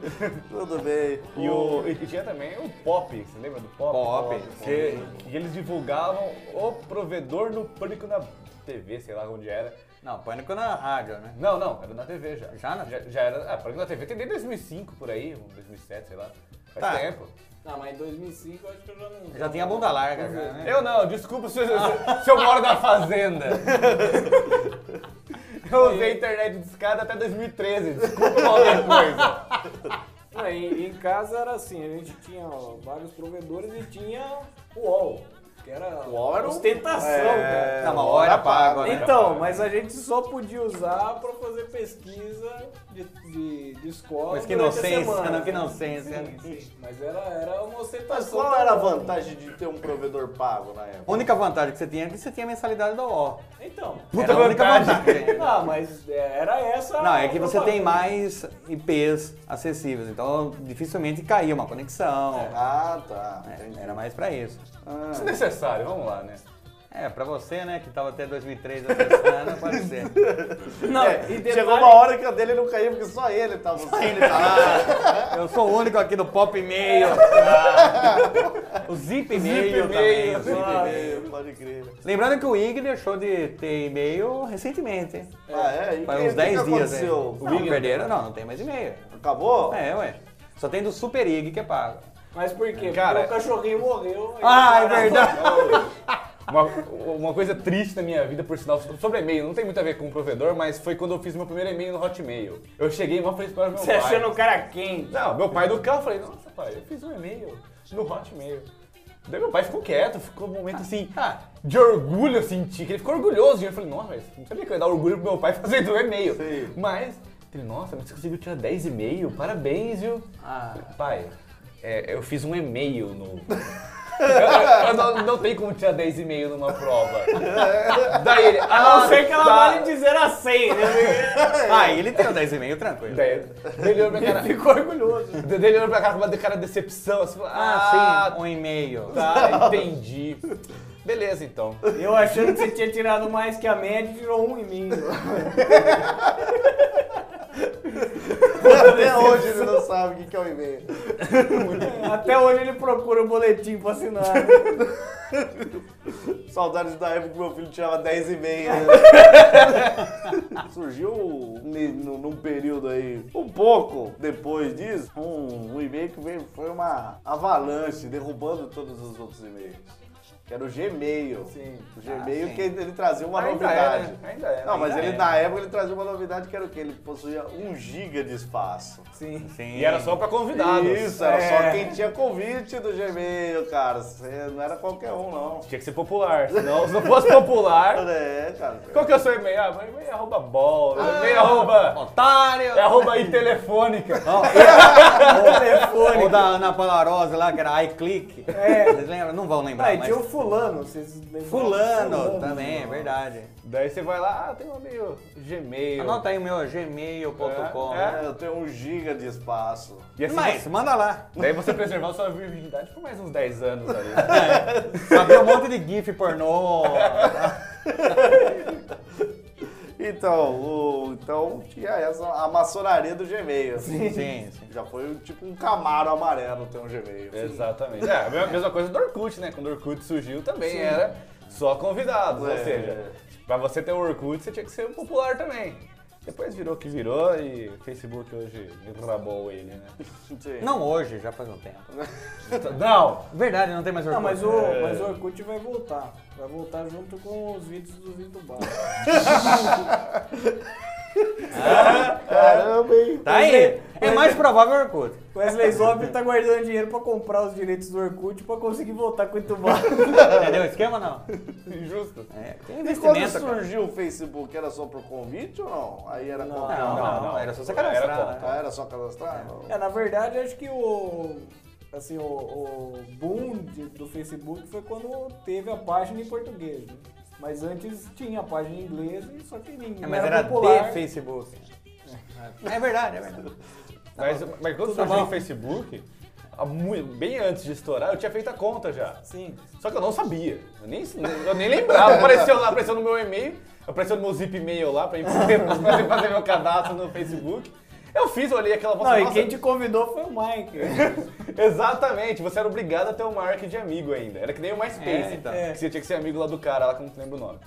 S5: Tudo bem.
S3: E, o, e tinha também o Pop, você lembra do Pop?
S4: Pop.
S3: Que, que eles divulgavam o provedor no pânico na TV, sei lá onde era.
S4: Não, pânico na rádio, né?
S3: Não, não, era na TV já.
S4: Já na-
S3: um, já, já era. Ah, pânico na TV tem desde 2005 por aí, 2007, sei lá. Faz
S4: Tá.
S3: tempo.
S6: Ah, mas em 2005 eu acho que eu já não...
S4: Já tem a bunda larga, já, né?
S3: Eu não, desculpa se, se- se eu moro na fazenda. Eu usei internet de escada até 2013, desculpa qualquer coisa.
S6: Não, em, em casa era assim, a gente tinha ó, vários provedores e tinha o UOL, que era
S3: UOL era um-
S6: ostentação,
S3: É,
S4: Tá,
S6: cara.
S4: uma hora paga, né?
S6: Então, mas a gente só podia usar pra fazer pesquisa de, de, de escola
S4: Mas que
S6: durante a
S4: inocência,
S6: semana.
S4: não, que inocência.
S6: Sim, sim. Mas era, era uma ostentação.
S5: Mas qual era a vantagem de ter um provedor pago na época?
S4: A única vantagem que você tinha é que você tinha a mensalidade da UOL.
S6: Então.
S4: Puta era a única
S6: vantagem.
S4: vantagem.
S6: Não, mas é, era essa.
S4: Não,
S6: a
S4: é que você
S6: propaganda.
S4: tem mais IPs acessíveis, então dificilmente caía uma conexão.
S5: Ah, tá.
S4: É,
S5: entendi.
S4: era mais pra isso.
S5: Ah.
S3: Desnecessário, É vamos lá, né?
S4: É, pra você, né, que tava até 2003 acessando, pode ser.
S6: Não,
S4: É,
S6: e detalhe,
S5: Chegou uma hora que a dele não caía, porque só ele tava usando.
S4: Eu sou o único aqui do Pop e-mail. O Zip e-mail também. o Zip e-mail.
S5: Pode crer.
S4: Lembrando que o IG deixou de ter e-mail recentemente. hein?
S5: Ah, é? E
S4: Faz
S5: que-
S4: uns 10
S5: que que
S4: dias.
S5: aconteceu?
S4: hein? O IG perderam? Não, não tem mais e-mail.
S5: Acabou?
S4: É, ué. Só tem do Super IG que é pago.
S6: Mas por quê?
S3: Cara-
S6: Porque o cachorrinho morreu. aí
S4: Ah, é
S6: pararam.
S4: verdade.
S3: Uma, uma coisa triste na minha vida, por sinal, sobre e-mail, não tem muito a ver com o provedor, mas foi quando eu fiz meu primeiro e-mail no Hotmail. Eu cheguei e mal falei isso para meu
S6: Você
S3: pai.
S6: achando o cara quente.
S3: Não, meu pai do carro, eu falei, nossa pai, eu fiz um e-mail no Hotmail. Daí meu pai ficou quieto, ficou um momento assim,
S4: Ah,
S3: de orgulho eu senti, que ele ficou orgulhoso. E eu falei, nossa, mas não sabia que eu ia dar orgulho pro meu pai fazendo um e-mail.
S5: Sim.
S3: Mas, ele, nossa, mas você conseguiu tirar 10 e-mail, parabéns, viu?
S4: ah.
S3: Pai, é, eu fiz um e-mail no. Eu- eu- eu não, não tem como tirar 10 e-mail numa prova. Daí ele.
S6: A
S3: Ah,
S6: não ser que ela
S3: tá.
S6: vale dizer a 100, né?
S4: Ah, ele tem o 10 e-mail tranquilo.
S3: Daí daí ele olhou pra cara.
S6: Ficou orgulhoso.
S3: daí ele olhou pra cara com uma cara de decepção. Assim, falou, ah,
S4: Ah, sim, um e-mail.
S3: tá, entendi. Beleza então.
S6: Eu achando que você tinha tirado mais que a média, tirou um em mim.
S5: Até hoje ele não sabe o que que é o e-mail.
S6: Até hoje ele procura o boletim pra assinar.
S5: Saudades da época que meu filho tirava 10 e meia. Surgiu ne- no- num período aí, um pouco depois disso, um, um e-mail que veio, foi uma avalanche, derrubando todos os outros e-mails. Que era o Gmail. Sim. O Gmail
S4: Ah, sim.
S5: que ele trazia uma
S3: Ainda
S5: novidade.
S3: é, né? Ainda é,
S5: Não, mas
S4: ainda
S5: ele
S4: é.
S5: na época ele trazia uma novidade que era o quê? Ele possuía 1 giga de espaço.
S4: Sim. sim.
S3: E era só pra convidados.
S5: Isso, era
S3: É.
S5: só quem tinha convite do Gmail, cara. Cê- Não era qualquer um, não.
S3: Tinha que ser popular. Senão, se não fosse popular.
S5: É, cara.
S3: Qual que é o seu e-mail? Ah, meu e-mail é arroba bola, e-mail é arroba.
S4: Otário!
S3: É arroba aí telefônica.
S4: Ou da Ana Polarosa lá, que era iClick.
S6: É.
S4: Vocês lembram? Não vão lembrar,
S6: Ah, e
S4: mas...
S6: tinha o fulano, vocês lembram?
S4: Fulano, também, é verdade.
S3: Daí você vai lá, ah, tem um e-mail Gmail.
S4: Anota aí o meu gmail.com.
S3: É,
S5: É, eu tenho um giga de espaço.
S3: E assim,
S4: Mas, manda lá.
S3: Daí você preservar sua virgindade por mais uns 10 anos ali.
S4: Sabia um monte de gif pornô.
S5: Então, o, então tinha essa, a maçonaria do Gmail. assim.
S4: Sim, sim.
S5: Já foi tipo um camaro amarelo ter um Gmail.
S3: Exatamente. É, a me- mesma coisa do Orkut, né? Quando o Orkut surgiu também era só convidados. Ou
S5: É.
S3: seja, pra você ter o Orkut, você tinha que ser popular também. Depois virou o que virou e o Facebook hoje enrabou ele, né?
S5: Sim.
S4: Não hoje, já faz um tempo.
S3: Não!
S4: Verdade, não tem mais
S6: Não,
S4: orgulho.
S6: mas o, mas o Orkut vai voltar. Vai voltar junto com os vídeos do Vitor Bar.
S5: Caramba, hein?
S4: Tá aí. É mais provável o Orkut.
S6: Wesley Zop tá guardando dinheiro pra comprar os direitos do Orkut pra conseguir voltar com o Itubá.
S4: Entendeu o esquema, não?
S3: Injusto.
S4: É,
S5: E quando
S4: tem investimento, cara.
S5: surgiu o Facebook, era só pro convite ou não? Aí era
S6: Não.
S5: convite.
S4: Não, não,
S3: não.
S4: era só você
S3: Era
S4: cadastrar.
S3: conta.
S4: né?
S5: Ah, era só cadastrar? Não.
S6: É, na verdade, acho que o. Assim, o, o boom de- do Facebook foi quando teve a página em português. né? Mas antes tinha a página em inglês, e só que ninguém
S4: É, mas era
S6: popular.
S4: de Facebook. É verdade, é verdade.
S6: Tá
S3: Mas, mas quando
S4: Tudo
S3: surgiu
S4: bom.
S3: o Facebook, há mui- bem antes de estourar, eu tinha feito a conta já.
S6: Sim.
S3: Só que eu não sabia. Eu nem, eu nem lembrava. Apareceu lá, apareceu no meu e-mail, apareceu no meu zip e-mail lá pra eu fazer, fazer- fazer meu cadastro no Facebook. Eu fiz, eu olhei aquela
S6: Não,
S3: foto.
S6: e
S3: nossa,
S6: quem te convidou foi o Mike.
S3: Exatamente, você era obrigado a ter uma marca de amigo ainda. Era que nem o MySpace,
S4: É, então.
S3: que você tinha que ser amigo lá do cara, lá que eu não lembro o nome.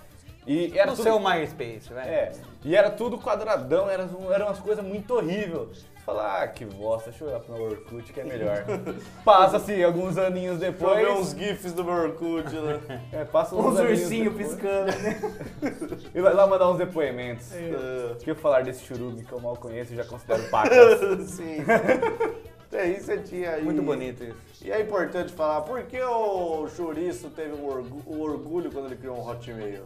S3: E era
S6: é
S4: No
S3: tudo-
S4: seu MySpace, velho.
S3: é, e era tudo quadradão, era, um- era umas coisas muito horríveis. Falar, ah, que bosta, deixa eu olhar pro meu Orkut que é melhor. Passa assim, alguns aninhos
S5: Vou ver uns
S3: depois.
S5: GIFs do meu Orkut, né?
S3: É, passa uns
S6: Uns
S3: aninhos
S6: ursinhos
S3: depois.
S6: piscando, né?
S3: E vai lá mandar uns depoimentos.
S5: É.
S3: O que eu falar desse churume que eu mal conheço e já considero pacas?
S5: Sim. É isso, você tinha aí.
S4: Muito bonito isso.
S5: E é importante falar, por que o Chouriço teve um orgu- o orgulho quando ele criou um Hotmail?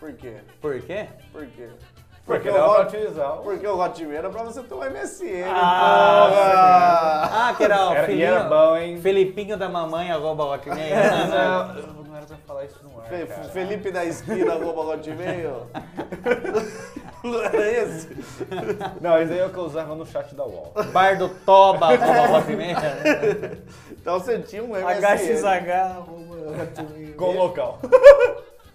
S5: Por quê?
S4: Por quê?
S5: Por quê?
S3: Porque
S5: o
S3: dá pra
S5: Hot-
S3: utilizar. o-
S5: Porque o Hotmail era pra você ter um MSN, porra!
S4: Ah, que era o
S3: Era, e
S4: filhinho-
S3: era bom, hein?
S4: Felipinho da mamãe, arroba Rockman.
S3: Não, eu não era pra falar isso no ar,
S5: Fe-
S3: cara.
S5: Felipe da esquina, arroba Hotmail. Não era esse?
S3: Não, isso aí é o que eu usava no chat da UOL.
S4: Bar do Toba, arroba Rockman.
S5: Então você tinha um MSN.
S6: HXH, arroba,
S3: Com o local.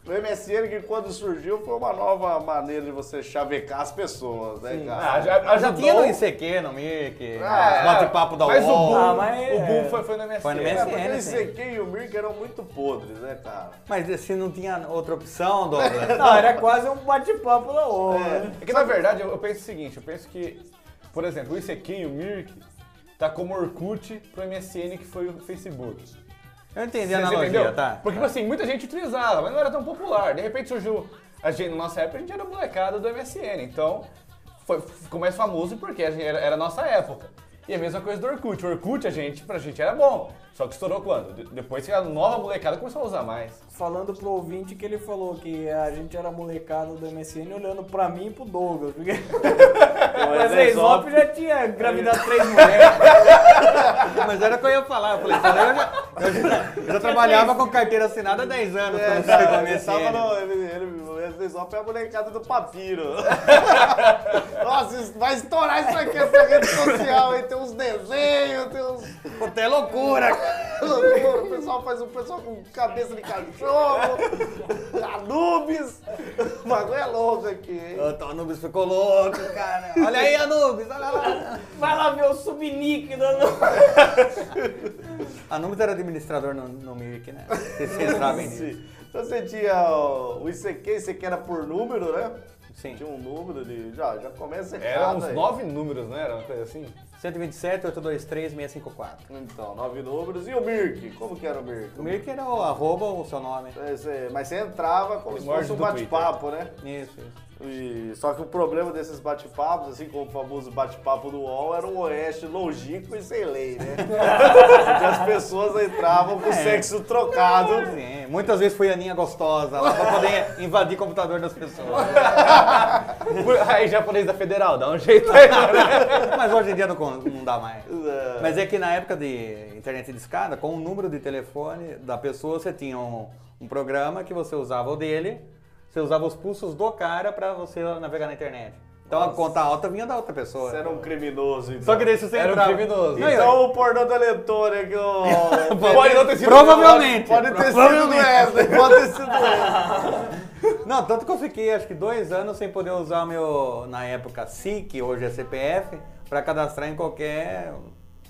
S5: O MSN que quando surgiu foi uma nova maneira de você chavecar as pessoas, né, cara?
S3: Ah, já,
S4: Já
S3: ajudou.
S4: tinha no ICQ, no Mirk,
S5: Ah,
S4: bate-papo da
S3: mas o
S4: UOL.
S3: boom,
S6: Ah, mas
S3: o boom
S6: é.
S3: foi, foi no MSN.
S4: Foi no
S5: É,
S4: MSN.
S5: porque o
S4: sim.
S5: ICQ e o Mirk eram muito podres, né, cara?
S4: Mas se não tinha outra opção, Douglas?
S6: Não, era quase um bate-papo na hora. né?
S3: É que na verdade eu, eu penso o seguinte, eu penso que, por exemplo, o ICQ e o Mirk tá como Orkut pro MSN que foi o Facebook.
S4: Eu entendi
S3: Você
S4: a analogia,
S3: entendeu?
S4: tá?
S3: Porque, tipo assim, muita gente utilizava, mas não era tão popular. De repente surgiu. A gente, na nossa época, a gente era molecada do MSN. Então, foi, ficou mais famoso porque a gente era, era a nossa época. E a mesma coisa do Orkut. O Orkut, a gente, pra gente era bom. Só que estourou quando? De- depois que a nova molecada começou a usar mais.
S6: Falando pro ouvinte que ele falou que a gente era molecada do MSN olhando pra mim e pro Douglas. Porque o
S5: é
S6: Zezop já tinha engravidado três mulheres.
S4: Mas era o que eu ia falar. Eu falei, isso daí eu já, eu já- eu já trabalhava com carteira assinada há 10 anos quando você chegou
S5: ele
S4: nesse
S5: é, tava no. Ele, ele, o Wesley Zop é a molecada do papiro. Nossa, isso- vai estourar isso aqui, essa rede social, hein? Tem uns desenhos, tem uns.
S4: Puta, é loucura.
S5: loucura, O pessoal faz um pessoal com cabeça de cachorro, Anubis. O bagulho é louco aqui, hein?
S3: Ah,
S4: O Anubis ficou louco, cara. Olha aí, Anubis, olha lá.
S6: Vai lá ver o subnick do
S4: Anubis era administrador no, no Mirk, né? Vocês vocês
S3: tá
S4: sabem disso.
S5: Sim. Então você tinha o o ICQ, ICQ era por número, né?
S4: Sim.
S5: Tinha um número de. Já, já começa
S3: Era
S5: errado.
S3: uns
S5: aí.
S3: nove números, não era? Uma coisa assim?
S4: 127, 823, 654.
S5: Então, nove números. E o Mirk? Como que era o Mirk?
S4: O Mirk era o arroba ou o seu nome.
S5: É, cê- Mas você entrava como se
S3: Primórdio
S5: fosse um
S3: do
S5: bate-papo, né?
S4: Isso, isso.
S5: E- Só que o problema desses bate-papos, assim como o famoso bate-papo do UOL, era um oeste longínquo e sem lei, né? Porque as pessoas entravam
S3: É.
S5: com o sexo trocado.
S4: Sim, muitas vezes foi a Aninha gostosa lá pra poder invadir o computador das pessoas.
S3: Aí, japonês da Federal, dá um jeito aí.
S4: Mas hoje em dia não, con- não dá mais.
S5: É.
S4: Mas é que na época de internet de escada, com o número de telefone da pessoa, você tinha um, um programa que você usava o dele, você usava os pulsos do cara pra você navegar na internet. Então a conta alta vinha da outra pessoa.
S5: Você era um criminoso, então.
S4: Só que daí se você
S3: Era um
S4: entrava...
S3: criminoso.
S4: Não, eu-
S5: Então o pornô da Letônia que o...
S3: Pode não ter sido.
S4: Provavelmente.
S5: Pode ter sido
S4: provavelmente.
S5: Wesley, pode ter sido Wesley.
S4: Não, tanto que eu fiquei acho que dois anos sem poder usar meu, na época, SIC, hoje é CPF, pra cadastrar em qualquer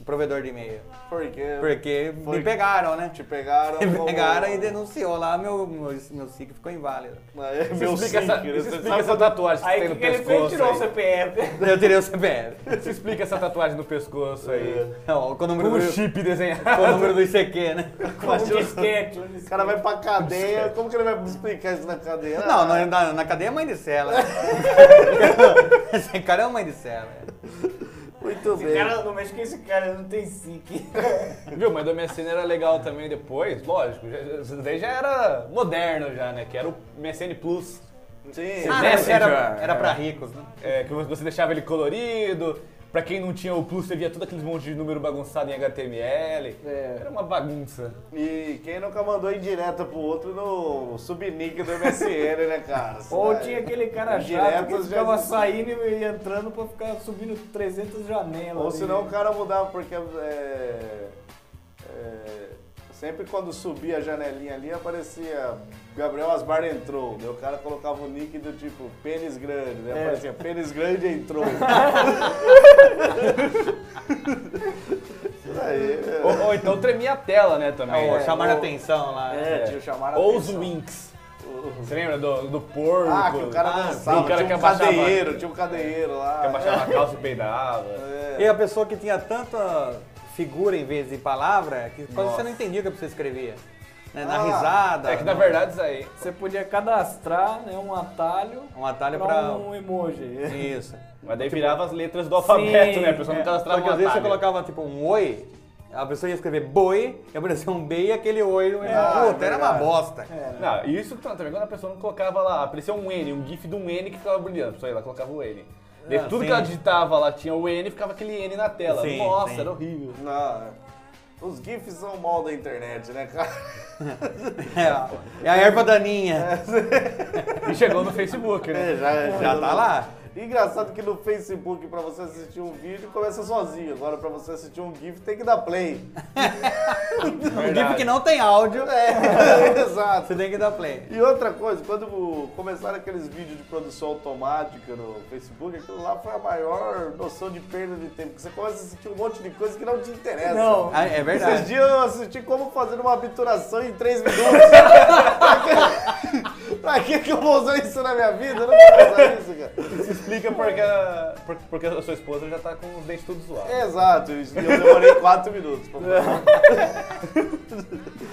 S4: provedor de e-mail.
S5: Por quê?
S4: Porque
S5: Foi-
S4: me pegaram, né?
S5: Te pegaram
S4: Me
S5: como- um-
S4: pegaram e denunciou lá, meu, meu, meu SIC ficou inválido.
S5: É,
S3: Isso
S5: Meu
S3: explica essa,
S5: sim,
S3: isso
S5: você
S3: explica
S5: sabe
S3: essa tatuagem que
S6: Aí
S3: tem no
S6: o que, que ele fez?
S3: pescoço.
S6: Tirou o
S3: aí.
S6: CPF.
S4: Daí Eu tirei o CPF.
S3: Isso explica essa tatuagem no pescoço aí.
S4: Não, com o
S3: Com
S4: número
S3: o
S4: do,
S3: chip desenhado.
S4: com o número do ICQ, né?
S6: Com um disquete. um
S5: é? O
S6: disquete.
S5: cara vai pra cadeia, como que ele vai explicar isso na cadeia? Ah,
S4: Não, na, na, na cadeia é mãe de cela. Esse cara é mãe de cela.
S5: Muito
S6: Esse
S5: bem.
S6: cara, não mexe com esse cara, não tem SIC.
S3: Viu, mas o MSN era legal também depois, lógico, já, já- isso daí já era moderno já, né, que era o MSN Plus,
S5: Sim.
S4: Ah, mas
S3: Messenger.
S4: era, era pra ricos, né?
S3: é, que você deixava ele colorido, pra quem não tinha o Plus, você via todo aquele monte de número bagunçado em HTML,
S6: É.
S3: era uma bagunça.
S5: E quem nunca mandou indireta pro outro no subnick do MSN, né, cara? Isso
S6: Ou
S5: daí-
S6: tinha aquele cara chato
S5: Indiretas
S6: que
S5: já
S6: ficava
S5: existem.
S6: saindo e entrando pra ficar subindo 300 janelas.
S5: Ou
S6: ali.
S5: senão o cara mudava, porque é, é, sempre quando subia a janelinha ali aparecia Gabriel Asbar entrou. Daí o cara colocava o nick do tipo pênis grande, né? Aparecia pênis grande entrou. Isso daí. é.
S3: Ou, ou então tremia a tela, né,
S6: É.
S3: também.
S4: Ou chamaram atenção lá.
S5: É, tinha chamado a
S3: Ou os
S5: atenção.
S3: Winx, você lembra do, do porco,
S5: Ah, que o cara
S4: Ah,
S5: dançava,
S3: o cara
S5: tinha um
S3: que abaixava-
S5: cadeieiro, tinha um cadeieiro lá.
S3: que abaixava a calça e peidava.
S5: É.
S4: E a pessoa que tinha tanta figura em vez de palavra, que quase você
S3: Nossa.
S4: não entendia o que você escrevia. né? Na risada,
S3: É que na verdade isso aí.
S6: Você podia cadastrar né, um atalho
S4: um atalho
S6: pra
S4: pra...
S6: um emoji.
S4: Isso.
S3: Mas daí virava as letras do alfabeto, né? A pessoa não
S6: é.
S3: cadastrava
S4: Só que às
S3: um
S4: vezes você
S3: atalho.
S4: colocava tipo um oi, a pessoa ia escrever boi, ia aparecer um B e aquele oi não era. Puta, era uma bosta.
S3: Não, isso também quando a pessoa não colocava lá, aparecia um N, um GIF de um N que ficava brilhando. A pessoa ia lá e colocava o N. Daí
S4: Ah,
S3: tudo
S4: sim.
S3: que ela digitava lá tinha o N ficava aquele N na tela.
S4: Sim,
S3: Nossa,
S4: sim.
S3: era horrível.
S5: Não, os GIFs são o mal da internet, né, cara?
S4: É, é a erva daninha.
S3: E chegou no Facebook, né?
S5: É, já,
S4: Já tá lá.
S5: Engraçado que no Facebook, pra você assistir um vídeo, começa sozinho. Agora, pra você assistir um GIF, tem que dar play.
S4: Um GIF que não tem áudio,
S5: É, exato.
S4: você tem que dar play.
S5: E outra coisa, quando o- começaram aqueles vídeos de produção automática no Facebook, aquilo lá foi a maior noção de perda de tempo. Porque você começa a assistir um monte de coisa que não te interessa.
S6: Não.
S4: Ah, É
S5: Esses
S4: verdade.
S5: dias eu assisti como fazer uma obturação em 3 minutos. pra, que, pra que que eu vou usar isso na minha vida? Eu não vou usar isso, cara.
S3: Isso explica porque a, por- porque a sua esposa já tá com os dentes todos
S5: É.
S3: zoados.
S5: Exato, eu demorei 4 minutos pra fazer.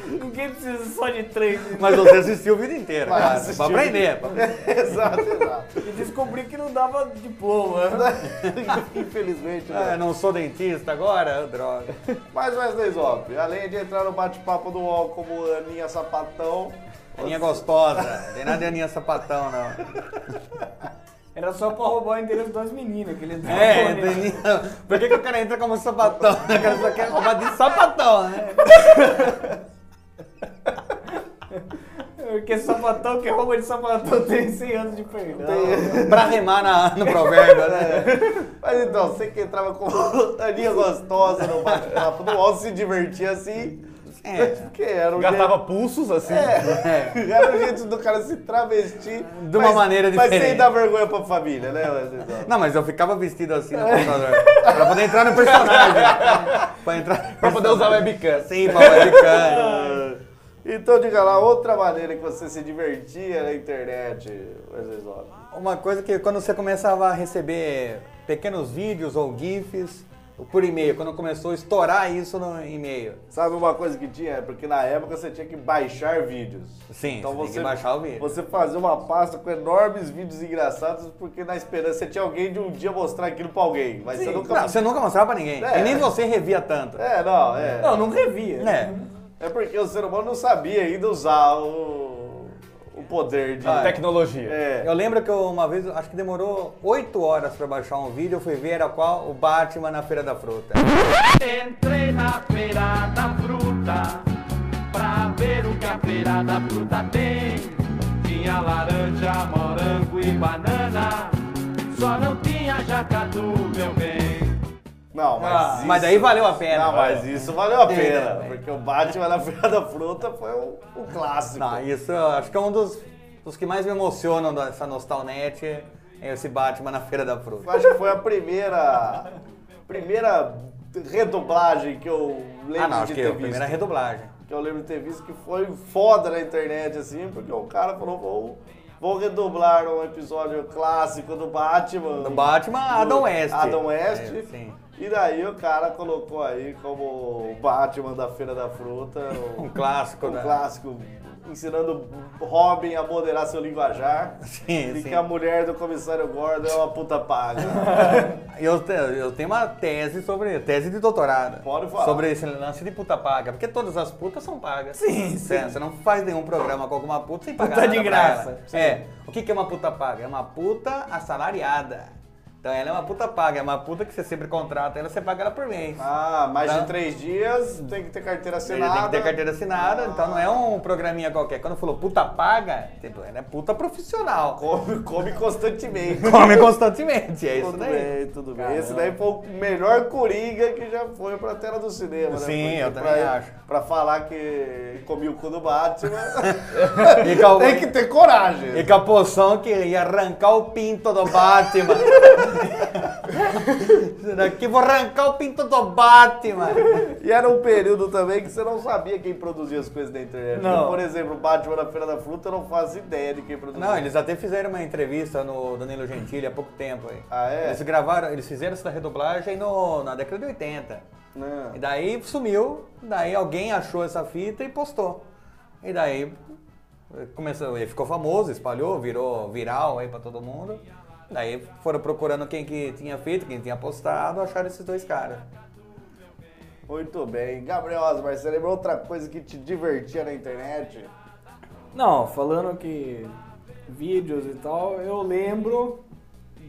S6: Ninguém precisa só de três.
S4: Mas você assistiu o vídeo inteiro,
S5: Mas
S4: cara.
S5: assistiu
S4: Pra
S5: o vídeo
S4: aprender. pra-
S5: Exato, exato.
S6: E descobri que não dava diploma.
S5: Infelizmente,
S4: Ah, eu
S5: né?
S4: não sou dentista agora? Droga.
S5: Mas Wesley Zop, além de entrar no bate-papo do UOL como Aninha Sapatão,
S4: Aninha gostosa. Tem nada de Aninha sapatão, não.
S6: Era só pra roubar o endereço das meninas, que eles davam,
S4: É,
S6: né?
S4: Aninha. Por que, que o cara entra como sapatão? O cara só quer roubar de sapatão, né?
S6: Porque sapatão que rouba de sapatão tem 100 anos de perdão.
S4: Pra remar na- no provérbio, né?
S5: Mas então, você que entrava com Aninha gostosa no bate-papo do UOL se divertia assim,
S4: É.
S5: porque era um
S3: Gastava pulsos assim.
S5: É, era o jeito do cara se travestir.
S4: De uma maneira
S5: Mas sem
S4: diferente.
S5: dar vergonha pra família, né, Wesley Zop?
S4: Não, mas eu ficava vestido assim no computador. pra poder entrar no personagem. pra entrar.
S3: Pra poder usar webcam.
S4: Sim, pra webcam.
S5: Então diga lá, outra maneira que você se divertia na internet, Wesley Zop.
S4: Uma coisa que quando você começava a receber pequenos vídeos ou GIFs por e-mail, quando começou a estourar isso no e-mail.
S5: Sabe uma coisa que tinha? Porque na época você tinha que baixar vídeos.
S4: Sim,
S3: Então
S4: você tem que baixar o vídeo.
S5: Você fazia uma pasta com enormes vídeos engraçados, porque na esperança você tinha alguém de um dia mostrar aquilo pra alguém. Mas você
S4: Não,
S5: nunca.
S4: você nunca mostrava pra ninguém.
S5: É.
S4: E nem você revia tanto.
S5: É, não, é.
S6: Não, não revia.
S4: Né?
S5: É porque o ser humano não sabia ainda usar o, o poder de.
S4: Ah,
S3: A Tecnologia.
S5: É.
S4: Eu lembro que eu, uma vez, acho que demorou 8 horas pra baixar um vídeo, eu fui ver era qual? O Batman na Feira da Fruta.
S8: Entrei na feira da fruta pra ver o que a feira da fruta tem. Tinha laranja, morango e banana, só não tinha jacatu, meu bem.
S5: Não, mas.
S4: Ah,
S5: isso...
S4: mas daí valeu a pena.
S5: Não, mas isso valeu a
S4: É,
S5: pena.
S4: né,
S5: porque o Batman na Feira da Fruta foi um, um clássico.
S4: Não, isso eu acho que é um dos, dos que mais me emocionam dessa Nostalnet, é esse Batman na Feira da
S5: Eu
S4: Fruta.
S5: acho que foi a primeira. Primeira redublagem que eu lembro
S4: Ah, não,
S5: de
S4: acho que é
S5: ter
S4: a
S5: visto.
S4: primeira redublagem.
S5: Que eu lembro de ter visto que foi foda na internet, assim, porque o cara falou, vou, vou redublar um episódio clássico do Batman.
S4: Do Batman, Adam West.
S5: Adam West.
S4: É, sim.
S5: E daí o cara colocou aí como o Batman da Feira da Fruta. o-
S4: Um clássico
S5: um
S4: da-
S5: clássico. Ensinando Robin a moderar seu linguajar.
S4: Sim,
S5: e
S4: sim.
S5: que a mulher do comissário Gordon é uma puta paga.
S4: Eu, te- eu tenho uma tese sobre. Tese de doutorado.
S5: Pode falar.
S4: Sobre esse lance de puta paga. Porque todas as putas são pagas. Sim, sim. Você não faz nenhum programa com alguma puta sem pagar.
S6: Puta
S4: nada
S6: de
S4: pra
S6: graça.
S4: ela. É. O que que é uma puta paga? É uma puta assalariada. Então ela é uma puta paga. É uma puta que você sempre contrata ela, você paga ela por mês.
S5: Ah, mais
S4: Tá.
S5: de três dias, tem que ter carteira
S4: Ou seja,
S5: assinada.
S4: tem que ter carteira assinada, então não é um programinha qualquer. Quando falou puta paga, tipo, ela é puta profissional.
S5: Come, come constantemente.
S4: Come constantemente, é isso
S5: tudo
S4: daí.
S5: bem, tudo bem. Esse daí foi o melhor Coringa que já foi pra tela do cinema, né?
S4: Sim,
S5: Porque
S4: eu também
S5: pra,
S4: acho.
S5: Pra falar que comia o cu do Batman,
S4: E é? com a-
S5: tem que ter coragem.
S4: E com a poção que ia arrancar o pinto do Batman. Daqui vou arrancar o pinto do Batman.
S5: E era um período também que você não sabia quem produzia as coisas na internet. né?
S4: Não.
S5: Por exemplo, o Batman na Feira da Fruta, eu não faço ideia de quem produziu.
S4: Não, eles até fizeram uma entrevista no Danilo Gentili há pouco tempo aí.
S5: Ah, é?
S4: Eles gravaram, eles fizeram essa redoblagem no, na década de 80.
S5: Não.
S4: E daí sumiu, daí alguém achou essa fita e postou. E daí eh, começou, ele ficou famoso, espalhou, virou viral aí pra todo mundo. Daí foram procurando quem que tinha feito, quem tinha postado, acharam esses dois caras.
S5: Muito bem. Gabriel Osmar, você lembrou outra coisa que te divertia na internet?
S6: Não, falando que vídeos e tal, eu lembro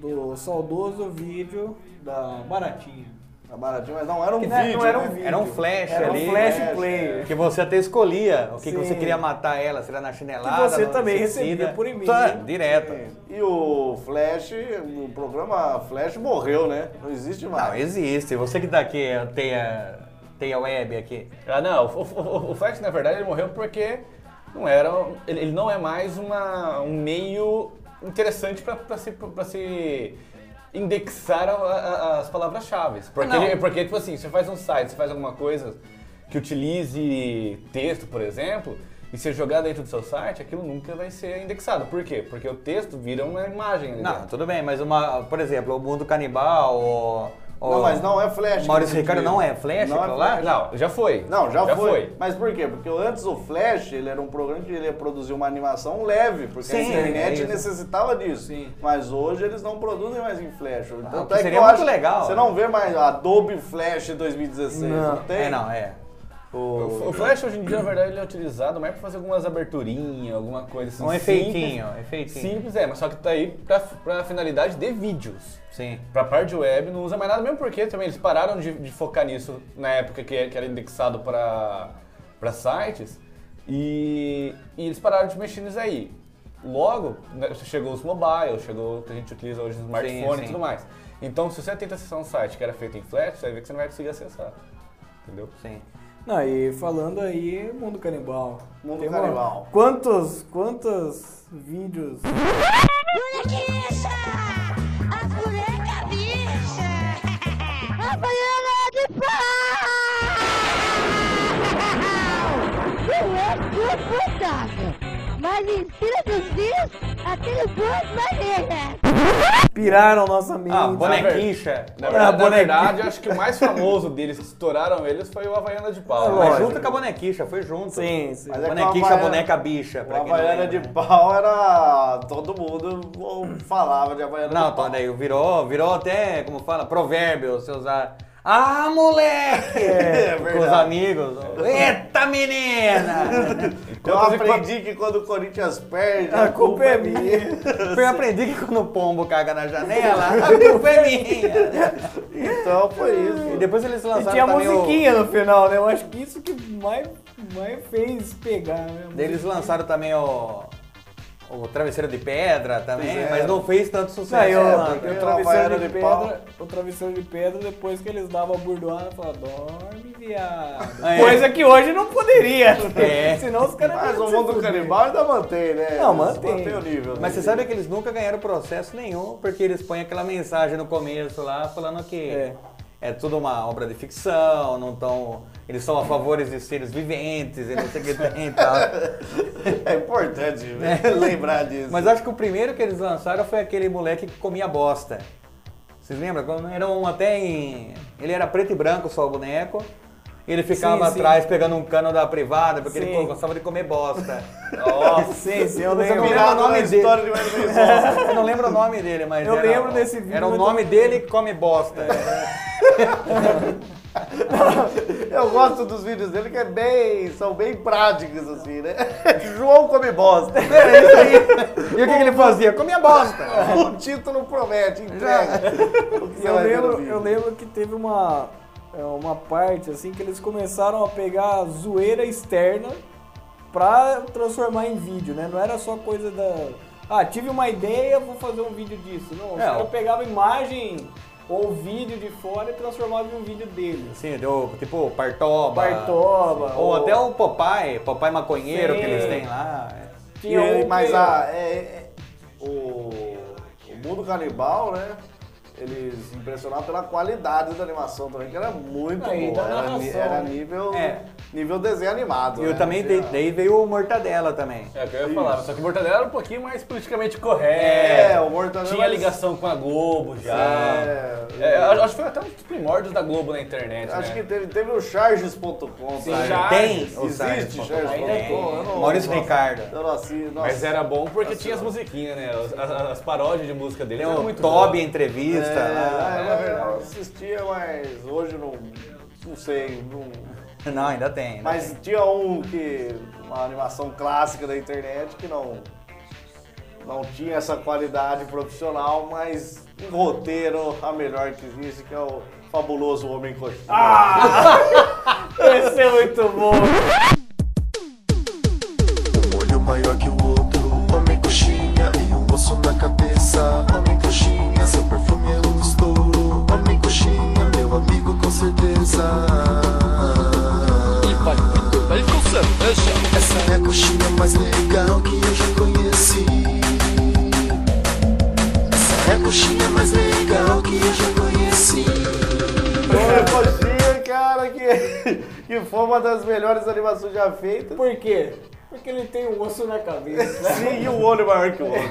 S6: do saudoso vídeo da Baratinha.
S5: Na baratinha, mas não era um
S6: Que não-
S5: vídeo.
S6: não era um
S5: né?
S6: vídeo.
S4: Era um flash
S6: Era um
S4: ali.
S6: flash
S4: né?
S6: player.
S4: Que você até escolhia o que, que você
S6: Sim.
S4: queria matar ela, se era na chinelada.
S6: Que você
S4: na
S6: também
S4: inseticida.
S6: recebia por e-mail.
S4: Tá, direto.
S5: E o Flash, o programa Flash morreu, né? Não existe
S4: Não,
S5: mais.
S4: existe. Você que daqui tem a, tem a web aqui.
S3: Ah, não. O, o, o- o Flash, na verdade, ele morreu porque não era. Ele, ele não é mais uma, um meio interessante pra, pra, se, pra se indexar a- a- as palavras-chave. Porque,
S4: Ah, não.
S3: ele- porque, tipo assim, você faz um site, você faz alguma coisa que utilize texto, por exemplo, e você jogar dentro do seu site, aquilo nunca vai ser indexado. Por quê? Porque o texto vira uma imagem. né? ali
S4: Não,
S3: dentro.
S4: tudo bem, mas uma. Por exemplo, o mundo canibal ou.
S5: Não, mas não é Flash.
S4: Maurício
S5: que
S4: Ricardo
S5: existia.
S4: não é Flash,
S5: Não é
S4: aquilo lá?
S3: Não, já foi.
S5: Não, já, foi. Mas por quê? Porque antes o Flash, ele era um programa que ele produzia uma animação leve, porque a
S4: Sim, é
S5: internet
S4: isso.
S5: necessitava disso. Mas hoje eles não produzem mais em Flash. Tanto
S4: o Ah, que
S5: é que
S4: seria
S5: eu
S4: muito
S5: acho-
S4: legal.
S5: Você não vê mais Adobe Flash 2016, não, tem?
S4: É, não, é.
S5: O-
S3: O Flash hoje em dia, na verdade, ele é utilizado mais pra fazer algumas aberturinhas, alguma coisa assim.
S4: Um efeitinho, efeitinho.
S3: Simples é, mas só que tá aí pra, pra finalidade de vídeos.
S4: Sim.
S3: Pra parte web não usa mais nada, mesmo porque também eles pararam de, de focar nisso na época que, é- que era indexado pra, pra sites e, e eles pararam de mexer nisso aí. Logo, né, chegou os mobile, chegou o que a gente utiliza hoje no smartphone
S4: sim.
S3: e tudo mais. Então, se você tenta acessar um site que era feito em flash, você vai ver que você não vai conseguir acessar. Entendeu?
S4: Sim.
S6: Não, e falando aí, mundo canibal.
S5: Mundo canibal.
S6: Quantos, quantos vídeos
S9: Bonequiça! A boneca bicha! A banana de pau! Não é tudo fantasma, mas em cima dos dias, aquele duas maneiras!
S6: piraram nossa mente?
S4: Ah, bonequicha. Ah,
S5: Ah,
S3: Na verdade, na
S6: bonequinha.
S3: verdade, acho que o mais famoso deles que estouraram eles foi o Havaiana de
S5: é
S3: Pau. né?
S4: Mas
S6: lógico.
S4: junto com a bonequicha, foi junto.
S6: Sim, sim.
S5: Mas é que
S4: bonequicha,
S5: uma
S4: boneca bicha.
S5: O
S4: pra quem não
S5: Havaiana de
S4: lembra. né?
S5: pau era. Todo mundo falava de Havaiana
S4: Não,
S5: de pau.
S4: então daí virou, virou até, como fala, provérbio, você usar. Ah, moleque!
S5: É
S4: com os
S5: verdade.
S4: amigos. Eita, menina!
S5: Eu
S3: Quantas e
S5: aprendi que quando o Corinthians perde,
S6: A culpa é minha.
S4: Eu aprendi que quando o pombo caga na janela, a culpa é minha.
S5: Então foi isso.
S4: E depois eles
S6: E
S4: lançaram
S6: tinha
S4: também
S6: musiquinha no final, né? Eu acho que isso que mais, mais fez pegar, né?
S4: o... Eles lançaram também o... O Travesseiro de Pedra também,
S5: Fizeram.
S4: mas não fez tanto sucesso. É,
S6: Não, é. eu,
S4: lá.
S5: porque
S6: o,
S5: o
S6: travesseiro
S5: Havaiana
S6: de
S5: de pau.
S6: pedra, o travesseiro de pedra, depois que eles davam a burdoada, falavam, dorme, viado.
S4: É.
S6: Coisa que hoje não poderia. né?
S4: É.
S6: Senão os caras...
S5: Mas
S6: iam
S5: o
S6: se
S5: mundo
S6: fuder.
S5: canibal ainda mantém, né?
S6: Não,
S5: Eles
S6: mantém.
S5: o nível. né?
S4: Mas você sabe que eles nunca ganharam processo nenhum, porque eles põem aquela mensagem no começo lá falando que é,
S6: É.
S4: tudo uma obra de ficção, não tão. Eles são a favor de seres viventes e não sei o que tem e tal.
S5: É importante né, lembrar disso.
S4: É. Mas acho que o primeiro que eles lançaram foi aquele moleque que comia bosta. Vocês lembram? Quando Era um até em. Ele era preto e branco só o boneco. Ele ficava
S6: Sim, sim.
S4: atrás pegando um cano da privada, porque ele
S6: Sim.
S4: gostava de comer bosta.
S6: Nossa, sim, sim, eu
S4: Você
S6: lembro.
S4: não lembra o
S5: Virado
S4: nome
S5: na
S4: dele?
S5: história de mais pessoas.
S4: Eu não lembro o nome dele, mas.
S6: Eu
S4: era-
S6: lembro desse vídeo,
S4: Era o
S6: mas
S4: nome dele come bosta.
S6: É.
S5: Eu gosto dos vídeos dele que é bem, são bem práticos, assim, né? João come bosta.
S4: É isso aí. E o que, que ele fazia? Comia bosta.
S5: O título promete, entrega. O que você
S6: Eu
S5: vai ver no
S6: lembro,
S5: vídeo.
S6: eu lembro que teve uma, é, uma parte assim que eles começaram a pegar a zoeira externa pra transformar em vídeo, né? Não era só coisa da. Ah, tive uma ideia, vou fazer um vídeo disso. Não, os
S4: É,
S6: caras
S4: o-
S6: pegavam imagem ou vídeo de fora e transformavam em um vídeo deles.
S4: Sim, deu, tipo Partoba.
S6: Partoba,
S4: Ou
S6: ou-
S4: até o Popeye, Popeye maconheiro que
S6: Sim.
S4: eles têm lá.
S5: E, mas a, é, é- o, o mundo canibal, né? eles impressionaram pela qualidade da animação também, que era muito
S6: Ah, e da
S5: boa. Era, ni-
S6: narração.
S5: era nível,
S4: É.
S5: nível desenho animado.
S4: Eu
S5: né?
S4: também, dei-
S5: Tinha-
S4: daí veio o Mortadela também.
S3: É, o que eu ia falar, só que o Mortadela era um pouquinho mais politicamente correto.
S5: É, o Mortadela
S3: Tinha
S5: era-
S3: ligação com a Globo já.
S5: É.
S3: É, eu acho que foi até um dos primórdios da Globo na internet,
S5: Acho
S3: né?
S5: que teve, teve o charges.com. sabe?
S3: já-
S4: Tem?
S3: Charles,
S4: o Sardes,
S5: Existe
S4: pô.
S5: charges.com? Eu não-
S4: Maurício
S5: nossa,
S4: Ricardo.
S5: Eu não assisto, Então, assim, nossa.
S3: Mas era bom porque tinha as musiquinhas, né? As, as- as paródias de música dele
S4: Tem
S3: eram
S4: o
S3: muito
S4: Toby
S3: boas.
S4: entrevista.
S5: É,
S4: lá.
S5: é, eu assistia, mas hoje não, não sei. não-
S4: Não, ainda tem. né? ainda
S5: Mas tinha um que. uma animação clássica da internet que não. não tinha essa qualidade profissional, mas um roteiro a melhor que existe, que é o fabuloso Homem Coxinha. Ah!
S6: Esse é muito bom.
S7: Um olho maior que o outro, homem coxinha E um osso na cabeça, homem coxinha Seu perfume é um estouro, homem coxinha Meu amigo com certeza E vai muito bem com cerveja Essa é a coxinha mais legal que eu já conheci Essa é a coxinha mais legal que eu já conheci
S5: Homem Coxinha, cara, que, que foi uma das melhores animações já feitas. né?
S6: Por quê? Porque ele tem um osso na cabeça.
S5: Sim, e o olho maior que o outro.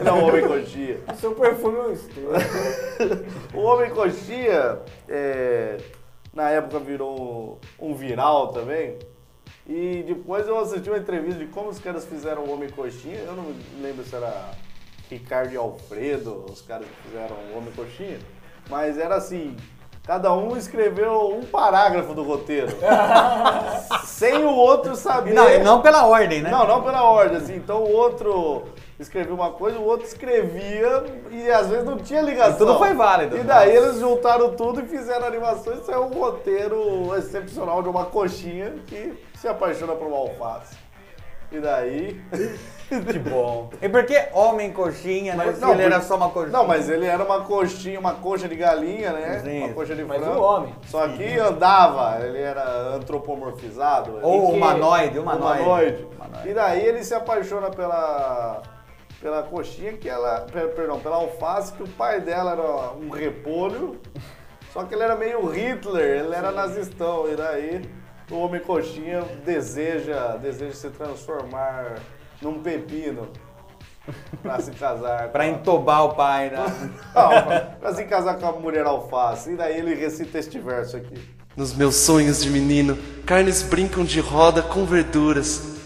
S5: Ele é o Homem Coxinha.
S6: Seu perfume é um estudo.
S5: O Homem Coxinha, é, na época virou um, um viral também. E depois eu assisti uma entrevista de como os caras fizeram o Homem Coxinha. Eu não lembro se era Ricardo e Alfredo, os caras que fizeram o Homem Coxinha. Mas era assim, cada um escreveu um parágrafo do roteiro. sem o outro
S4: tem.
S5: saber.
S4: Não, e não pela ordem, né?
S5: Não, não pela ordem, assim. Então o outro escrevia uma coisa, o outro escrevia e às vezes não tinha ligação.
S4: E tudo foi válido.
S5: E daí eles juntaram tudo e fizeram animações. Isso é um roteiro excepcional de uma coxinha que se apaixona por uma alface. E daí.
S3: Que bom.
S4: E por que É homem coxinha, né? Se ele
S5: por-
S4: era só uma coxinha.
S5: Não, mas ele era uma coxinha, uma coxa de galinha, né?
S4: Sim.
S5: Uma coxa de
S6: Mas
S5: frango.
S6: um homem.
S5: Só que andava, ele era antropomorfizado.
S4: Ou
S5: Ele-
S4: humanoide, humanoide.
S5: Humanoide. E daí ele se apaixona pela pela coxinha que ela, per- perdão, pela alface que o pai dela era um repolho. Só que ele era meio Hitler, ele era nazistão e daí o homem coxinha deseja, deseja se transformar num pepino pra se casar.
S4: Pra
S5: com a-
S4: entobar o pai, né?
S5: Não, pra se casar com a mulher alface. E daí ele recita este verso aqui.
S10: Nos meus sonhos de menino, carnes brincam de roda com verduras.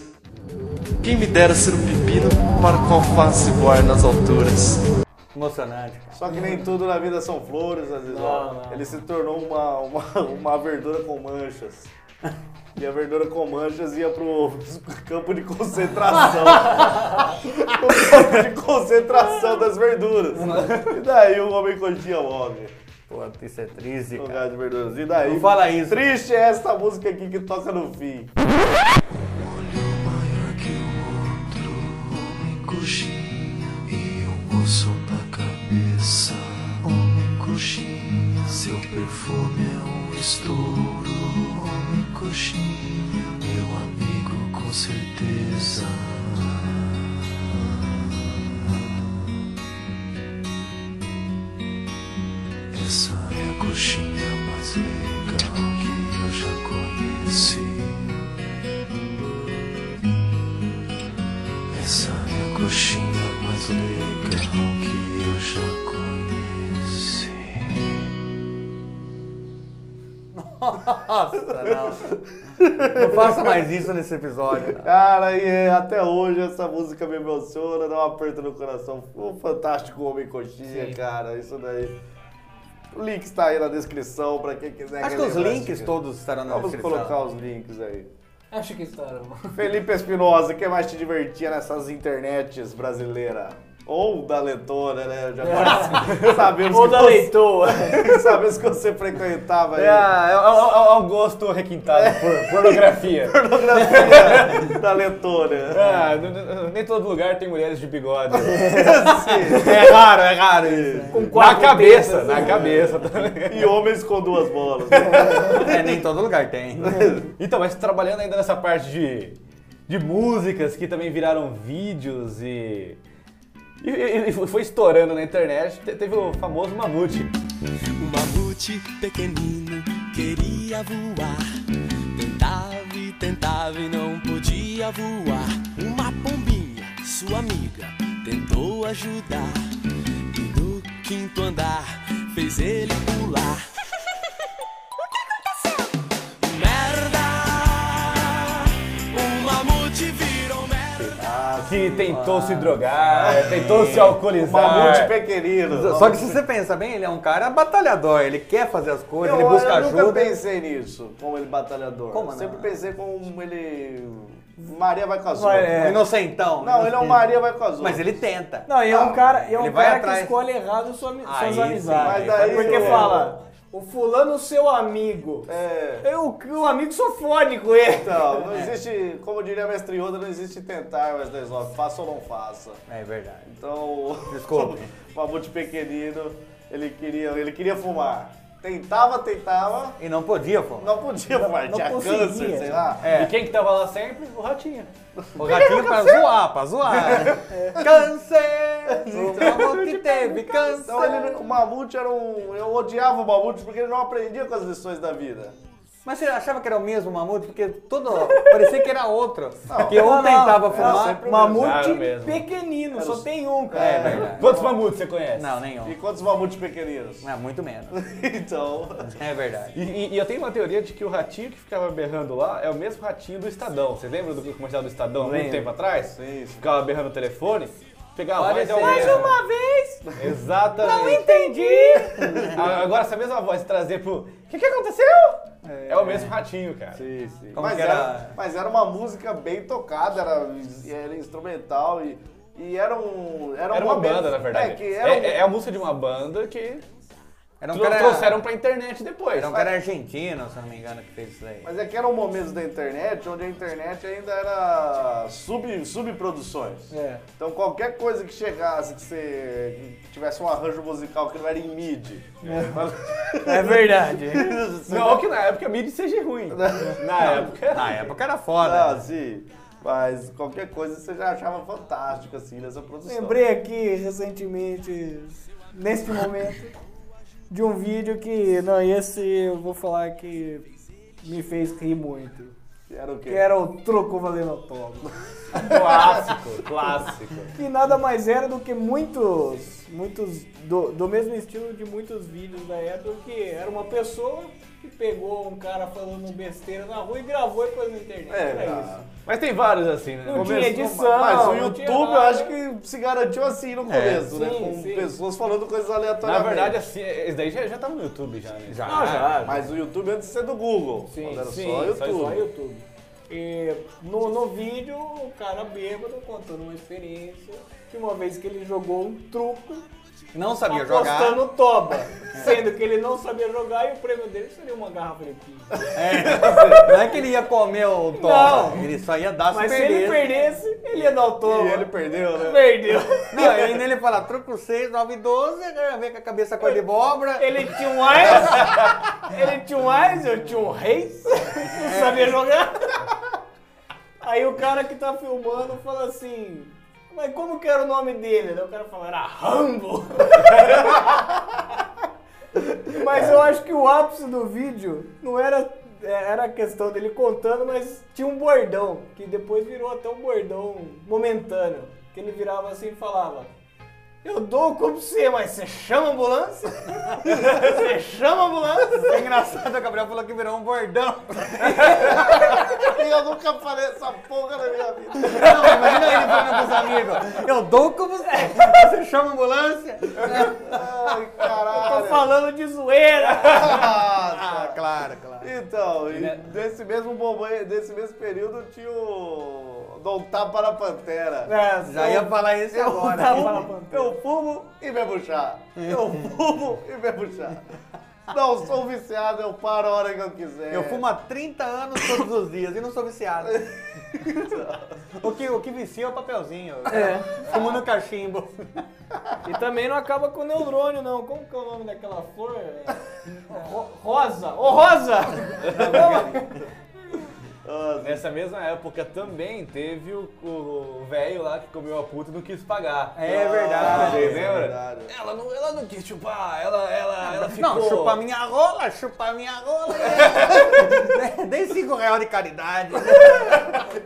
S10: Quem me dera ser um pepino para com alface voar nas alturas.
S4: Emocionante. cara.
S5: Só que nem tudo na vida são flores, às vezes. ó. Ele se tornou uma, uma, uma verdura com manchas. E a verdura com manchas ia pro campo de concentração. o campo de concentração das verduras. E daí o homem coxinha morre.
S4: Pô, isso é triste,
S5: no
S4: cara.
S5: lugar de verduras. E daí.
S4: Não fala isso.
S5: Triste é essa música aqui que toca no fim.
S7: maior que o outro Homem coxinha e um osso na cabeça Homem coxinha, seu perfume é um estouro Homem coxinha, meu amigo com certeza Essa é a coxinha mais legal que eu já conheci Essa é a coxinha mais legal que eu já conheci.
S4: Nossa, não. Não faça mais isso nesse episódio. não.
S5: Cara, e é, até hoje essa música me emociona, dá um aperto no coração. Foi um fantástico homem coxinha, cara. Isso daí. O link está aí na descrição pra quem quiser.
S4: Acho que os
S5: relembrar
S4: links
S5: esse-
S4: todos estarão na
S5: Vamos
S4: descrição.
S5: colocar os links aí.
S6: Acho que estarão.
S5: Felipe Espinosa, quem mais te divertia nessas internets brasileiras? Ou da leitora, né? Já sabemos,
S6: Ou
S5: que
S6: da
S5: você,
S6: leitoa.
S5: sabemos que você frequentava aí.
S3: É, é, é, é um gosto
S4: É.
S3: requintado por pornografia.
S5: Pornografia da leitora.
S3: Ah, n- n- nem todo lugar tem mulheres de bigode.
S4: É raro, é raro isso.
S6: Com
S3: na
S6: quatro
S3: cabeça,
S6: tetas.
S3: na cabeça também.
S5: E homens com duas bolas. né?
S4: É, nem todo lugar tem. É.
S3: Então, mas trabalhando ainda nessa parte de, de músicas que também viraram vídeos e, E, e- e foi estourando na internet, te- teve o famoso mamute.
S7: O mamute pequenino queria voar. Tentava e tentava e não podia voar. Uma pombinha, sua amiga, tentou ajudar. E no quinto andar fez ele pular. O que aconteceu? Merda! O mamute virou merda.
S3: Que tentou se drogar, tentou se alcoolizar.
S5: Mamute pequenino.
S4: Só que se você pensa bem, ele é um cara batalhador, ele quer fazer as coisas,
S5: Eu,
S4: ele busca
S5: eu nunca
S4: ajuda.
S5: pensei nisso, como ele batalhador.
S4: Como né? não?
S5: Sempre pensei como ele. Maria vai com as
S6: Vai,
S5: outras.
S6: é.
S4: Um Inocentão.
S5: Não, ele é um Maria vai com as outras.
S4: Mas ele tenta.
S6: Não, e é um cara, e é
S4: Ele
S6: um
S4: vai
S6: cara
S4: atrás.
S6: que escolhe errado sua, suas
S4: Aí sim,
S5: mas
S6: amizades.
S5: daí-
S6: porque
S5: é.
S6: fala, o fulano seu amigo.
S5: É.
S6: Eu, o amigo sofônico, ele.
S5: Então, não existe, como diria mestre Yoda, não existe tentar, mas resolve, faça ou não faça.
S4: É verdade.
S5: Então,
S4: Desculpe.
S5: o mamute pequenino, ele queria, ele queria fumar. Tentava, tentava,
S4: E não podia, pô.
S5: não podia fumar,
S6: não
S5: tinha
S6: conseguia.
S5: câncer, sei lá. É.
S3: E quem que tava lá sempre? O Ratinho.
S4: O gatinho pra zoar, pra zoar. Câncer! O mamute teve câncer.
S5: Então ele- o mamute era um. Eu odiava o mamute porque ele não aprendia com as lições da vida.
S4: Mas você achava que era o mesmo mamute? Porque todo. parecia que era outro. Porque um
S6: Não, não,
S4: tentava
S6: não,
S4: fumar.
S5: sempre o
S3: Claro
S6: Mamute
S3: mesmo.
S6: pequenino, só tem um, cara.
S4: É verdade.
S3: Quantos mamutes você conhece?
S4: Não, nenhum.
S5: E quantos mamutes pequeninos?
S4: Não, muito menos.
S5: Então.
S4: É verdade.
S3: E, e- e eu tenho uma teoria de que o ratinho que ficava berrando lá é o mesmo ratinho do Estadão. Vocês lembram do comercial do Estadão muito tempo atrás? Sim. Ficava berrando o telefone, pegava a voz e
S4: ser.
S3: alguém-
S4: Mais uma
S6: vez,
S3: Exatamente.
S6: entendi.
S3: A- Agora essa mesma voz trazer pro. O que, que aconteceu? É, o mesmo ratinho, cara.
S5: Sim, sim.
S4: Como
S5: Mas
S4: que
S5: era...
S4: era?
S5: mas era uma música bem tocada, era, era instrumental e, e era um. Era, um
S3: Era uma
S5: momento-
S3: banda, na verdade.
S5: É, que era
S3: É-
S5: um-
S3: é a música de uma banda que
S4: Era um
S3: tro-
S4: cara.
S3: trouxeram pra internet depois.
S4: Era um cara argentino, se eu não me engano, que fez isso daí.
S5: Mas é que era um momento da internet onde a internet ainda era sub, subproduções.
S6: É.
S5: Então qualquer coisa que chegasse, que, você, que tivesse um arranjo musical que não era em mid.
S6: É verdade.
S3: Não que na época a mídia seja ruim. Na época.
S4: Na época era
S5: Ah,
S4: foda.
S5: sim. é Mas qualquer coisa você já achava fantástico, assim, nessa produção.
S6: Lembrei aqui recentemente, neste momento, de um vídeo que, não, esse eu vou falar que me fez rir muito.
S5: Era o quê?
S6: Que era o troco valendo tomo.
S3: Clássico, clássico.
S6: Que nada mais era do que muitos, muitos do, do mesmo estilo de muitos vídeos da época, que era uma pessoa que pegou um cara falando besteira na rua e gravou e pôs na internet.
S5: É,
S6: era
S5: ah,
S6: isso.
S3: Mas tem vários assim, né?
S6: Não tinha
S5: Começou-
S6: edição.
S5: Mas o
S6: não
S5: YouTube
S6: tinha
S5: eu
S6: nada.
S5: acho que se garantiu assim no começo, né?
S6: sim,
S5: Com
S6: sim. é
S5: pessoas falando coisas aleatórias.
S3: Na verdade, assim, esse daí já, já tava no YouTube já, né? Já.
S6: Não, já.
S5: Mas o YouTube antes de ser do Google.
S6: Sim,
S5: quando era
S3: sim,
S5: só
S3: só
S5: YouTube.
S6: Só YouTube. E no, no vídeo, o cara bêbado contando uma experiência de uma vez que ele jogou um truco
S4: Não sabia jogar.
S6: Tá apostando toba. Sendo que ele não sabia jogar e o prêmio dele seria uma garrafa de pinga.
S4: É. Não é que ele ia comer o toba. Ele só ia dar se
S6: Mas se
S4: perder.
S6: ele perdesse, ele ia dar o toba.
S5: E ele perdeu, né?
S6: Perdeu.
S4: Não, e ainda ele fala, truco 6, 9 e 12, agora vem com a cabeça cor de abóbora.
S6: Ele tinha um Ice, ele tinha um Ice, eu tinha um Reis, não sabia jogar. Aí o cara que tá filmando fala assim, mas como que era o nome dele? Daí o cara fala, era Rambo. mas eu acho que o ápice do vídeo não era, era a questão dele contando, mas tinha um bordão, que depois virou até um bordão momentâneo. Que ele virava assim e falava, eu dou o cu pra você, mas você chama a ambulância? Você chama a ambulância?
S4: É engraçado, o Gabriel falou que virou um bordão.
S5: E eu nunca falei essa porra na minha vida.
S4: Não, imagina ele falando pros amigos. Eu dou como você. Você chama a ambulância?
S5: Ai,
S6: Tô
S5: caralho.
S6: falando de zoeira.
S4: Ah, claro, claro. é-
S5: Então, e nesse mesmo momento, nesse mesmo período tinha o. Dom Tapa na Pantera.
S6: É,
S4: Já ia falar isso agora.
S5: Eu fumo e bebo chá. Eu fumo e bebo chá. Não sou viciado, eu paro a hora que eu quiser.
S4: Eu fumo há 30 anos todos os dias e não sou viciado. o, que, o que vicia é o papelzinho.
S6: É.
S4: Fumo no cachimbo.
S6: E também não acaba com neurônio, não. Como que é o nome daquela flor? É... Ro- Rosa! Ô, Rosa! Não,
S3: Nessa mesma época também teve o- o o velho lá que comeu a puta e não quis pagar.
S4: É
S5: Ah,
S4: verdade.
S3: Vocês lembram? Ela não, ela não quis chupar, ela, ela, ela ficou.
S4: Ah, Não, chupa minha rola, chupa minha rola. Dei 5 reais de caridade.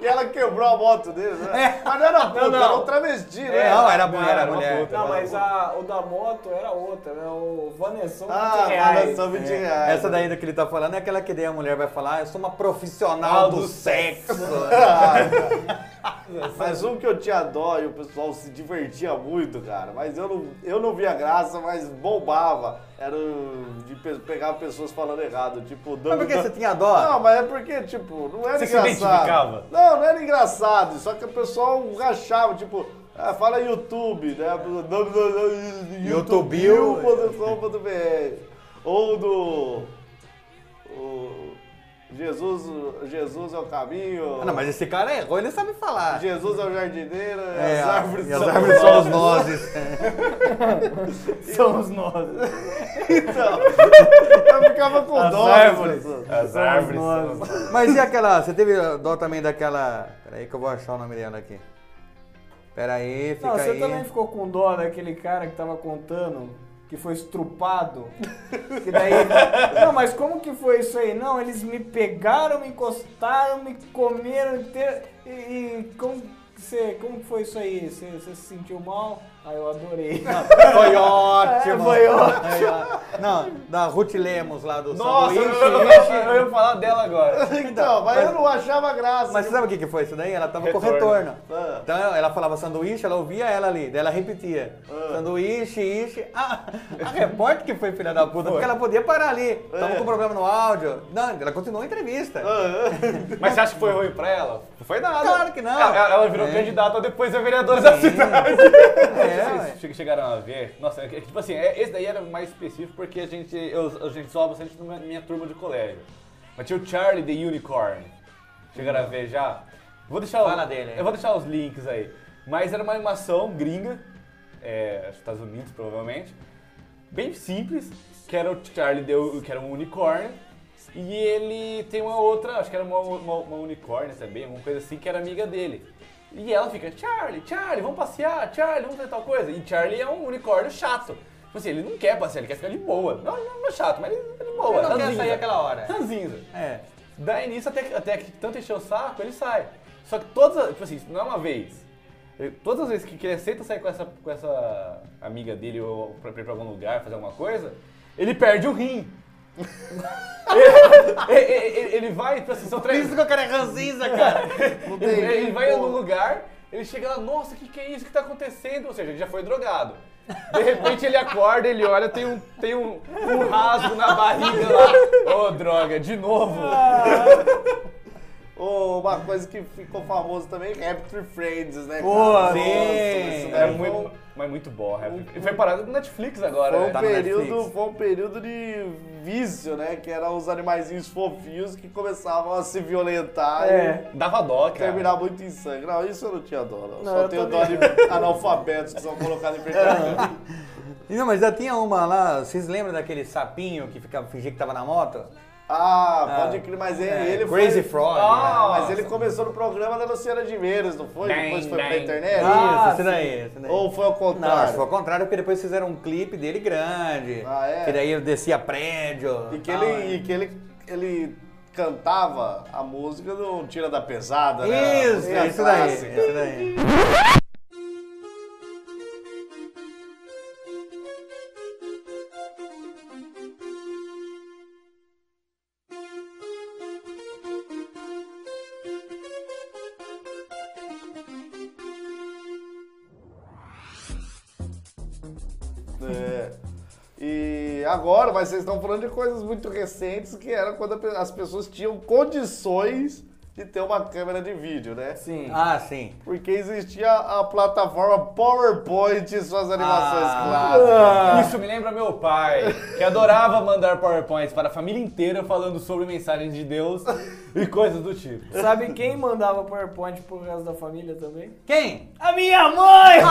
S5: E ela quebrou a moto dele,
S3: É.
S5: né? Mas não
S4: É,
S5: era puta,
S6: não.
S5: era um travesti, né?
S4: não, era mulher,
S3: era
S4: era
S3: uma
S4: mulher.
S3: puta.
S6: Não, Ah, mas a, o da moto era outra, era o Vanessão
S5: Ah,
S6: 20 reais. É.
S5: era só 20 reais.
S4: Essa daí do que ele tá falando é aquela que daí a mulher vai falar, "Ah, eu sou uma
S6: Ah,
S4: profissional do,
S3: do
S4: sexo.
S5: Mas um que eu tinha dó e o pessoal se divertia muito, cara. Mas eu não, eu não via graça, mas bombava. Era o- de pe- pegar pessoas falando errado, tipo...
S4: Mas
S5: dando-
S4: por que você tinha dó?
S5: Não, mas é porque, tipo, não era
S3: Você se
S5: engraçado.
S3: identificava?
S5: Não, não era engraçado. Só que o pessoal rachava, tipo, ah, fala YouTube, né? youtube.com.br Ou do... o- Jesus, Jesus é o caminho.
S4: Ah, não, mas esse cara errou, ele sabe falar.
S5: Jesus é o jardineiro,
S4: É,
S5: as árvores
S4: e as árvores são os
S5: nozes.
S4: nozes.
S6: Somos nós.
S5: Então, eu ficava com
S6: As
S5: dó.
S6: árvores.
S5: pessoas.
S3: As árvores são.
S4: Mas e aquela. Você teve dó também daquela. Peraí que eu vou achar o nome dela aqui. Peraí, fica
S6: Não, você
S4: aí.
S6: também ficou com dó daquele cara que tava contando que foi estrupado. Que daí. Não, mas como que foi isso aí? Não, eles me pegaram, me encostaram, me comeram inteiro. E, e como que você. Como que foi isso aí? Você, você se sentiu mal? Ah, eu adorei.
S4: Foi ótimo.
S6: foi
S4: ótimo. Não, da Ruth Lemos lá do
S3: Nossa, eu,
S4: sanduíche.
S3: eu- eu- eu ia falar dela agora.
S5: Então, mas eu não achava graça.
S4: Mas você sabe o que, que foi isso daí? Ela tava com
S3: Retorno.
S4: retorno. Então ela falava sanduíche, ela ouvia ela ali, daí ela repetia. Sanduíche, ishi. Ah, a repórter que foi filha da puta, porque ela podia parar ali. Tava com problema no áudio. Não, ela continuou a entrevista.
S3: Mas você acha que foi ruim pra ela? Não foi nada.
S4: Claro que não.
S3: Ela, ela virou
S4: É.
S3: candidata depois a vereadora da cidade.
S4: É, ué.
S3: Vocês che- chegaram a ver. Nossa, é que, tipo assim, é- esse daí era mais específico porque a gente, eu, a gente zoava bastante na minha, minha turma de colégio. Mas tinha o Charlie the Unicorn. Chegaram a ver já? Vou deixar o-
S4: Fala dele aí.
S3: Eu vou deixar os links aí. Mas era uma animação gringa, é, Estados Unidos provavelmente, bem simples, que era o Charlie deu, que era um unicórnio. E ele tem uma outra, acho que era uma, uma, uma unicórnia também, alguma coisa assim, que era amiga dele. E ela fica, Charlie, Charlie, vamos passear, Charlie, vamos fazer tal coisa. E Charlie é um unicórnio chato. Tipo assim, ele não quer passear, ele quer ficar de boa. Não, não, não é chato, mas ele é de boa.
S4: Ele não quer
S3: ranzinza.
S4: sair aquela hora.
S3: Ranzinza.
S4: É.
S3: Daí nisso, até, que- até que tanto encher o saco, ele sai. Só que todas, as- tipo assim, não é uma vez. Ele- todas as vezes que, que ele aceita sair com essa, com essa amiga dele ou pra, pra ir pra algum lugar, fazer alguma coisa, ele perde o rim. ele, ele- ele- ele vai, tipo assim, são
S4: Por
S3: três.
S4: isso que eu quero é ranzinza, cara.
S3: Ele, ele vai num lugar, ele chega lá, nossa, o que, que é isso? O que tá acontecendo? Ou seja, ele já foi drogado. De repente ele acorda, ele olha, tem um, tem um, um rasgo na barriga lá. Ô, droga, de novo.
S5: Ô, uma coisa que ficou famoso também, é Raptor Friends, né?
S4: Boa,
S5: cara?
S4: sim.
S5: isso daí
S3: É
S5: foi um-
S3: muito, mas muito bom, Raptor. E foi parado no Netflix agora,
S5: Foi um,
S3: né?
S4: Tá no
S5: período,
S4: Netflix.
S5: foi um período de vício, né? Que eram os animaizinhos fofinhos que começavam a se violentar
S6: É.
S5: e
S3: Dava dó, cara.
S5: terminar muito em sangue. Não, isso eu não tinha dó, não.
S6: Não,
S5: Só
S6: eu
S5: tenho dó de
S6: também.
S5: analfabetos que são
S4: É.
S5: colocados em frente à câmera.
S4: E Não, mas já tinha uma lá, vocês lembram daquele sapinho que ficava, fingia que tava na moto?
S5: Ah, pode crer, mas ele,
S4: É,
S5: ele
S4: Crazy
S5: foi...
S4: Frog.
S5: Ah,
S4: né?
S5: mas ele começou no programa da Luciana de Meiras, não foi?
S3: Bem,
S5: Depois foi pra
S3: bem.
S5: internet? Ah,
S4: Isso, esse daí, esse daí.
S5: Ou foi ao
S4: Não, acho que foi
S5: contrário?
S4: ao contrário, porque depois fizeram um clipe dele grande.
S5: Ah, é?
S4: Que daí ele descia prédio.
S5: e que,
S4: tal,
S5: ele,
S4: né?
S5: e que ele, ele cantava a música do Tira da Pesada, né? A
S4: Isso,
S5: música
S4: É, isso daí,
S5: clássica. né?
S4: isso daí.
S5: É. E agora, mas vocês estão falando de coisas muito recentes que era quando a pe- as pessoas tinham condições de ter uma câmera de vídeo, né?
S6: Sim.
S4: Ah, sim.
S5: Porque existia a plataforma PowerPoint e suas animações
S4: Ah.
S5: clássicas.
S3: Isso me lembra meu pai, que adorava mandar PowerPoints para a família inteira falando sobre mensagens de Deus e coisas do tipo.
S6: Sabe quem mandava PowerPoint pro resto da família também?
S4: Quem?
S6: A minha mãe!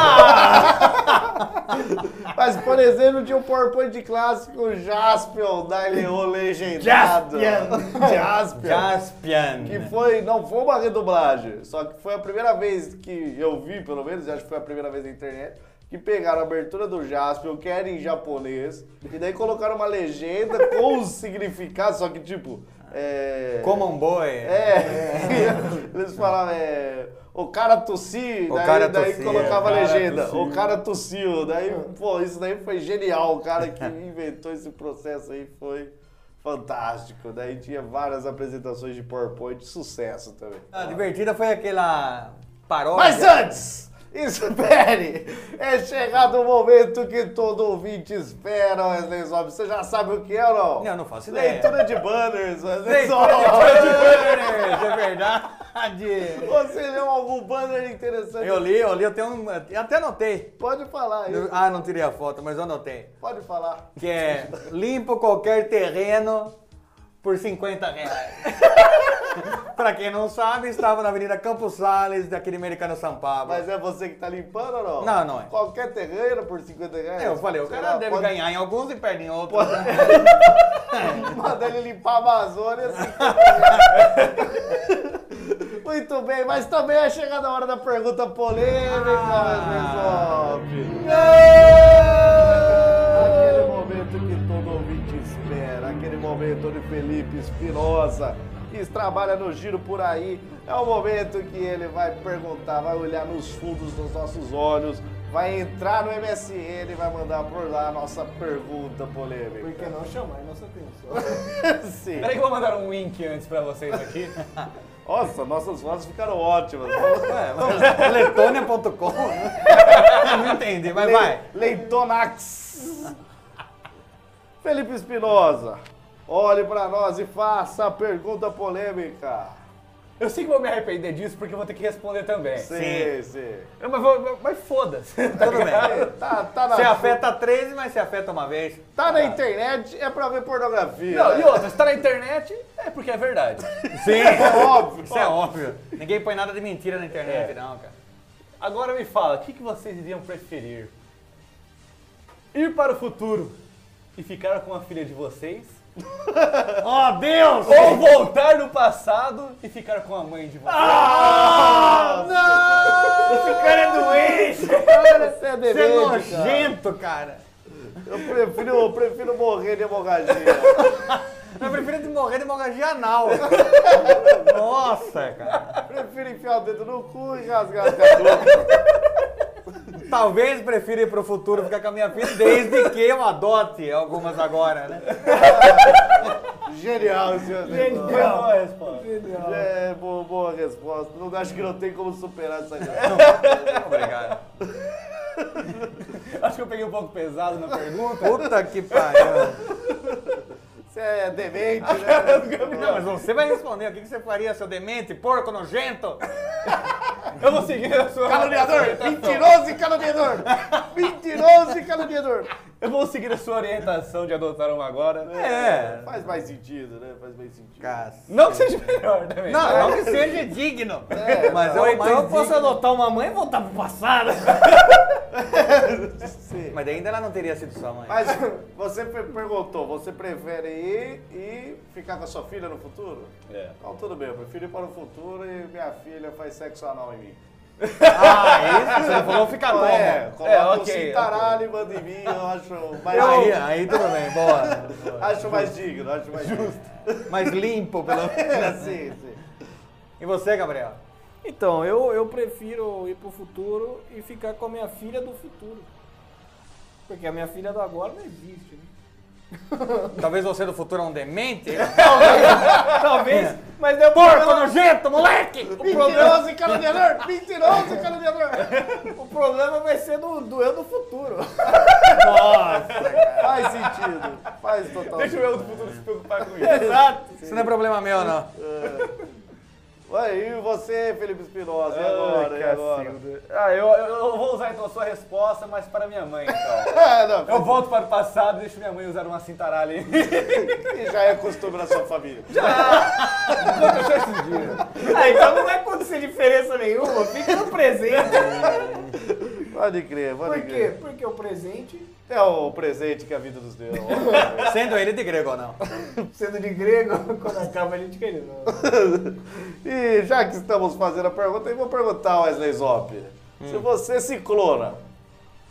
S5: Mas por exemplo, tinha um PowerPoint de clássico Jaspion da LO legendado. Jaspion.
S4: Jaspian.
S5: Que foi, não foi uma redublagem, só que foi a primeira vez que eu vi, pelo menos, acho que foi a primeira vez na internet, que pegaram a abertura do Jaspion, que era em japonês, e daí colocaram uma legenda com o significado, só que tipo. É...
S4: Common Boy.
S5: É. Eles falavam, é. O cara tossiu,
S4: O
S5: daí,
S4: cara
S5: daí
S4: tossia,
S5: colocava a
S4: o cara
S5: legenda. O
S4: tossiu.
S5: cara tossiu. Daí, pô, isso daí foi genial. O cara que inventou esse processo aí foi fantástico. Daí tinha várias apresentações de PowerPoint de sucesso também.
S4: A Ah, divertida foi aquela paródia.
S5: Mas antes, espere! É chegado o momento que todo ouvinte espera, Wesley Zop. Você já sabe o que é, ou não?
S4: Não, não faço ideia.
S5: Leitura de banners, Wesley
S4: Leitura de
S5: Zop.
S4: banners, é verdade.
S5: Você leu algum banner interessante?
S4: Eu li, eu li, eu tenho um, eu até anotei.
S5: Pode falar,
S4: Eu-
S5: isso.
S4: Ah, não tirei a foto, mas eu anotei.
S5: Pode falar.
S4: Que é limpo qualquer terreno por 50 reais. pra quem não sabe, estava na Avenida Campos Salles, daquele americano São Pablo.
S5: Mas é você que tá limpando ou não?
S4: Não, não é.
S5: Qualquer terreiro por 50 reais?
S4: Eu falei, o cara
S5: Será?
S4: deve
S5: Pode-
S4: ganhar em alguns e perde em outros. né?
S5: Mandar ele limpar a Amazônia. assim. Muito bem, mas também é chegada a hora da pergunta polêmica, ah. Aquele momento que todo ouvinte espera, aquele momento onde Felipe Espinosa, que trabalha no giro por aí, é o momento que ele vai perguntar, vai olhar nos fundos dos nossos olhos, vai entrar no MSN e vai mandar por lá a nossa pergunta polêmica.
S6: Por que não chamar nossa atenção?
S5: Sim.
S3: Peraí que eu vou mandar um link antes pra vocês aqui.
S5: Nossa, nossas vozes ficaram ótimas. Ué,
S4: Letônia.com? Não entendi, mas vai.
S5: Leitonax. Felipe Espinosa, olhe pra nós e faça a pergunta polêmica.
S3: Eu sei que vou me arrepender disso porque eu vou ter que responder também.
S5: Sim, sim.
S3: Eu- Mas, vou- mas foda-se. tá
S4: Tudo
S3: ligado?
S4: bem.
S5: Tá, tá,
S4: Se
S5: na,
S4: afeta 13, mas se afeta uma vez.
S5: tá na internet, é pra ver pornografia.
S3: Não,
S5: né?
S3: e outra, se tá na internet, é porque é verdade.
S4: Sim,
S5: É óbvio.
S4: isso é óbvio. Ninguém põe nada de mentira na
S3: É.
S4: internet, não, cara.
S3: Agora me fala, o que, que vocês iriam preferir? Ir para o futuro e ficar com a filha de vocês?
S4: Oh, Deus!
S3: Ou voltar no passado e ficar com a mãe de vocês?
S5: Cara, Você é
S4: Você é
S5: demente, cara.
S4: nojento, cara.
S5: Eu prefiro, eu prefiro morrer de hemorragia.
S4: Eu prefiro te morrer de hemorragia anal. Nossa, cara.
S5: prefiro enfiar o dedo no cu e rasgar a cabeça.
S4: Talvez prefira ir pro futuro ficar com a minha filha, desde que eu adote algumas agora, né?
S5: Genial, senhor.
S6: Genial.
S5: Boa resposta.
S6: Genial.
S5: É, boa, boa resposta. Não, acho que não tem como superar essa
S4: Obrigado.
S3: Acho que eu peguei um pouco pesado na pergunta.
S4: Puta que pariu.
S5: Você é demente, né?
S4: Não, mas você vai responder. O que que você faria, seu demente, porco nojento?
S3: Eu vou seguir a sua.
S5: Caluniador! Mentiroso e caluniador! Mentiroso e caluniador!
S3: Eu vou seguir a sua orientação de adotar uma agora. né?
S4: É.
S5: Faz mais sentido, né? Faz mais sentido.
S4: Cacete.
S3: Não que seja melhor né, também.
S4: Não, não que seja digno. É. mas é
S6: Ou
S4: o mais
S6: então eu posso
S4: digno.
S6: adotar uma mãe e voltar pro passado.
S5: Sim.
S4: Mas ainda ela não teria sido sua mãe.
S5: Mas você per- perguntou, você prefere ir e ficar com a sua filha no futuro?
S3: É.
S5: Então tudo bem, eu prefiro ir para o futuro e minha filha faz sexo anal em mim.
S4: Ah, isso? Você falou fica bom. né?
S5: É, coloca
S3: É,
S5: um
S3: ok,
S5: cintaralho e manda em mim, eu acho mais,
S4: Aí, aí tudo bem, boa.
S5: acho mais digno, acho mais justo.
S4: Mais limpo, pelo menos.
S5: sim, sim.
S4: E você, Gabriel?
S6: Então, eu, eu prefiro ir pro futuro e ficar com a minha filha do futuro. Porque a minha filha do agora não existe, né?
S4: Talvez você do futuro é um demente?
S6: Talvez,
S4: É.
S6: mas deu
S4: Porco nojento, moleque!
S5: Mentiroso e caluniador! Mentiroso e caluniador!
S6: O problema vai ser do, do eu do futuro.
S5: Faz sentido, faz total
S3: Deixa o
S5: sentido.
S3: eu do futuro se preocupar com isso.
S4: Exato. Isso não é problema meu, não.
S5: Ué, e você, Felipe Espinosa? E agora? E agora?
S3: Ah, eu, eu- eu vou usar então a sua resposta, mas para minha mãe, então.
S5: Ah, não,
S3: Eu volto para o passado e deixo minha mãe usar uma cintaralha em mim.
S5: porque já é costume na sua família.
S6: Ah, então não vai acontecer diferença nenhuma. Fica no presente.
S5: Pode crer, pode
S6: Por quê?
S5: crer.
S6: Porque o presente,
S5: É o presente que a vida nos deu.
S4: Sendo ele de grego ou não.
S6: sendo de grego, quando acaba a gente né? quer não.
S5: e já que estamos fazendo a pergunta, eu vou perguntar, Wesley Zop.
S6: Hum.
S5: Se você se clona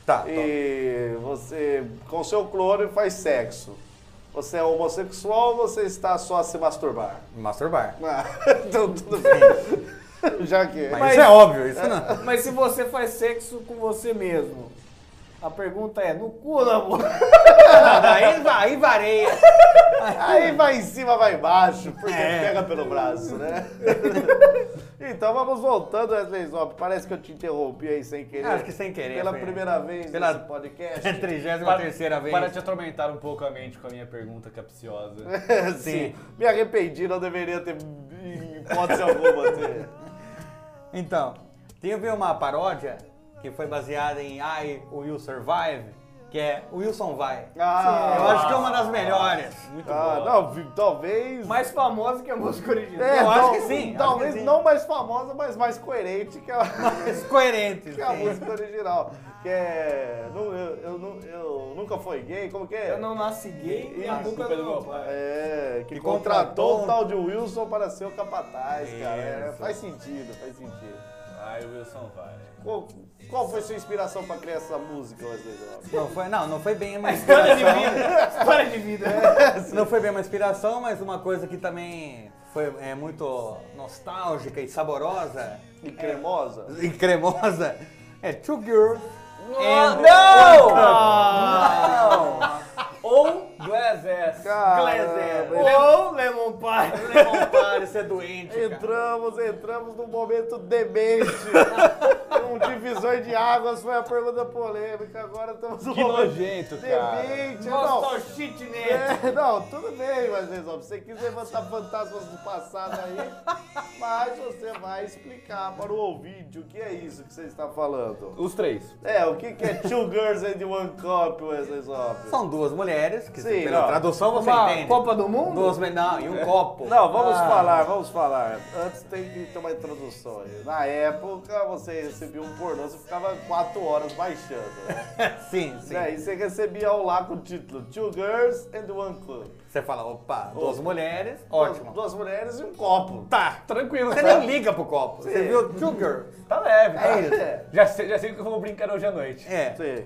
S4: Tá.
S5: e você, com seu clone, faz sexo, você é homossexual ou você está só a se masturbar?
S4: Masturbar.
S5: Ah, então tudo bem. já que...
S4: Mas, isso é óbvio, isso não.
S6: Mas se você faz sexo com você mesmo, a pergunta é, no cu ou na boca?
S4: aí, va- aí vareia.
S5: Aí vai em cima, vai embaixo, porque
S4: É.
S5: pega pelo braço, né? então vamos voltando, Wesley Zop. Parece que eu te interrompi aí sem querer.
S4: Acho que sem querer,
S5: Pela
S4: foi.
S5: primeira vez
S4: Pela-
S5: nesse podcast.
S4: 33 terceira vez.
S3: Para te atormentar um pouco a mente com a minha pergunta capciosa.
S5: Sim. Me arrependi, não deveria ter em hipótese alguma ter.
S4: Então, teve uma paródia que foi baseada em I Will Survive, que é Wilson Vai.
S5: Ah,
S4: Eu acho que é uma das melhores.
S3: Muito
S5: ah,
S3: bom.
S5: não, vi- talvez.
S6: Mais famosa que a música original.
S5: É,
S4: eu acho
S5: tal-
S4: que sim, acho
S5: Talvez
S4: que sim.
S5: não mais famosa, mas mais coerente que a,
S4: Coerentes.
S5: que a
S4: sim.
S5: música original. Que é. não, eu, eu não- eu nunca fui gay, como que é?
S6: Eu não nasci gay e a boca
S5: Isso,
S3: culpa
S6: do
S3: do
S6: meu
S3: meu
S6: pai.
S5: É, que,
S4: Que
S5: contratou
S4: contratou
S5: o tal de Wilson para ser o capataz, cara. É,
S4: Isso.
S5: faz sentido, faz sentido.
S3: Ai, o Wilson vai.
S5: Qual, qual foi sua inspiração para criar essa música, Wesley Zop?
S4: Não foi, não, não foi bem uma
S6: História de
S4: inspiração.
S6: vida. História de vida.
S4: Não foi bem uma inspiração, mas uma coisa que também foi é, muito nostálgica e saborosa
S5: E cremosa?
S4: e cremosa é Two Girls. and
S6: não!
S4: One Cup.
S6: Ou,
S3: Glazes!
S5: Caramba,
S6: ou Lemon Pie.
S4: Lemon Pie, Isso é doente. cara.
S5: Entramos, entramos num momento demente. um divisor de águas foi a pergunta polêmica. Agora estamos num
S3: Que
S5: momento
S3: nojento, cara.
S5: demente. Não,
S6: Nossa, shit nele.
S5: é, não, tudo bem, mas Zop, se você quiser levantar fantasmas do passado aí, mas você vai explicar para o ouvinte o que é isso que você está falando.
S3: Os três.
S5: É, o que, que é Two Girls and One Cup, Wesley Zop?
S4: São duas mulheres, que
S5: Sim,
S4: pela
S5: não.
S4: tradução você
S6: Uma
S4: entende.
S6: Copa do Mundo?
S4: Duas men- não, e um copo. Ah.
S5: Não, vamos falar, vamos falar. Antes tem que ter uma introdução aí. Na época, você recebia um pornô, você ficava quatro horas baixando, né?
S4: Sim, sim.
S5: Daí você recebia ao lá com o título Two Girls and One Cup.
S4: Você fala, opa, duas
S5: Ô.
S4: mulheres,
S5: Duas,
S4: ótimo.
S5: duas mulheres e um copo.
S4: Tá.
S3: Tranquilo,
S4: Você
S3: tá?
S4: nem liga pro copo. Você
S5: Sim.
S4: viu Two Girls.
S3: Tá leve, tá?
S4: É isso.
S5: É.
S3: Já sei, já sei o que eu vou brincar hoje à noite.
S4: É.
S5: Sim.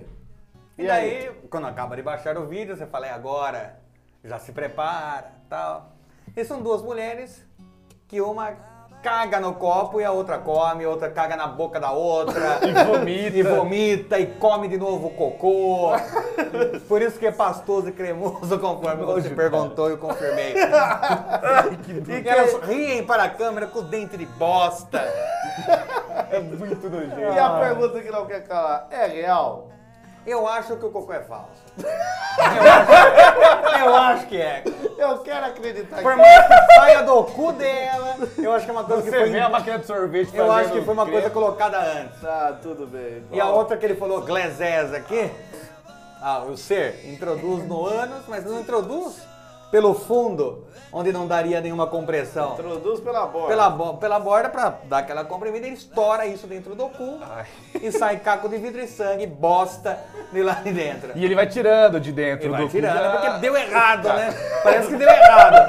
S4: E daí, quando acaba de baixar o vídeo, você fala, é agora, já se prepara, tal. E são duas mulheres que uma caga no copo e a outra come, a outra caga na boca da outra. e
S3: vomita.
S4: E vomita e come de novo o cocô. Por isso que é pastoso e cremoso, conforme você perguntou e eu confirmei. e elas riem para a câmera com o dente de bosta.
S3: É muito nojento.
S5: E a pergunta que não quer calar, é real?
S4: Eu acho que o cocô é falso. Eu acho, eu acho que é.
S5: Eu quero acreditar
S4: Por
S5: que...
S4: mais que saia do cu dela, eu acho que é uma coisa que
S3: Você
S4: foi.
S3: vê a máquina de sorvete
S4: Eu acho que
S3: fazendo
S4: foi uma coisa
S3: crepa.
S4: colocada antes.
S5: Tá, tudo bem.
S4: E a outra que ele falou, glezés aqui. Ah, o ser introduz no ânus, mas não introduz pelo fundo, onde não daria nenhuma compressão.
S5: Introduz pela borda.
S4: Pela, bo- pela borda pra dar aquela comprimida, ele estoura isso dentro do cu e sai caco de vidro e sangue, bosta de lá de dentro.
S3: E ele vai tirando de dentro
S4: Ele
S3: do
S4: vai
S3: cu.
S4: tirando, é
S3: Ah,
S4: porque deu errado, né? Parece que deu errado.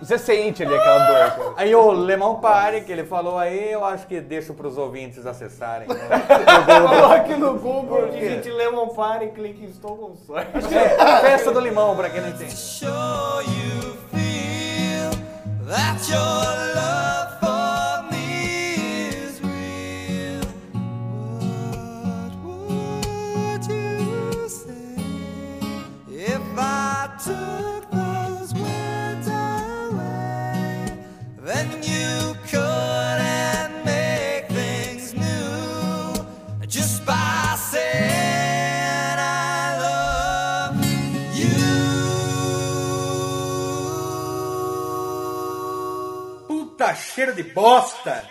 S3: Você sente ali aquela dor, cara.
S4: Aí o Lemão Pare, que ele falou aí, eu acho que deixo pros ouvintes acessarem. né? No Google.
S6: Coloque no Google, digite Lemon Pie e clique Estou com sorte.
S4: É, festa do limão, pra quem não entende.
S7: sure you feel that your love for me is real. What would you say if I took those words away? Then you couldn't make things new just by saying I love
S4: Puta Tá cheiro de bosta!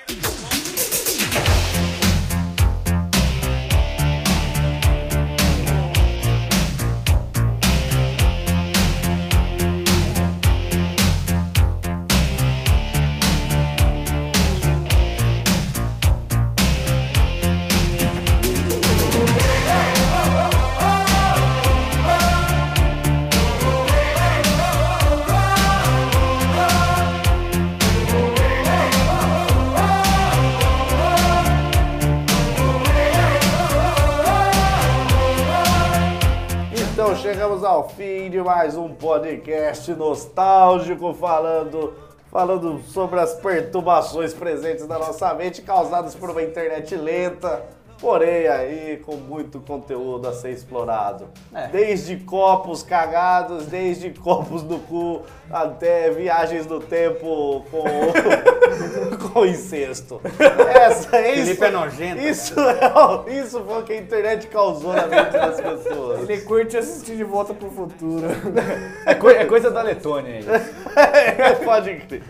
S5: então chegamos ao fim de mais um podcast nostálgico falando falando sobre as perturbações presentes na nossa mente causadas por uma internet lenta, porém aí com muito conteúdo a ser explorado.
S4: É.
S5: Desde copos cagados, desde copos no cu, até viagens no tempo com, com incesto. Essa, isso,
S4: Felipe é nojento.
S5: Isso, é, o- isso foi o que a internet causou na mente das pessoas.
S6: Ele curte assistir de volta pro futuro.
S3: É, coi- é coisa da Letônia aí.
S5: Pode crer.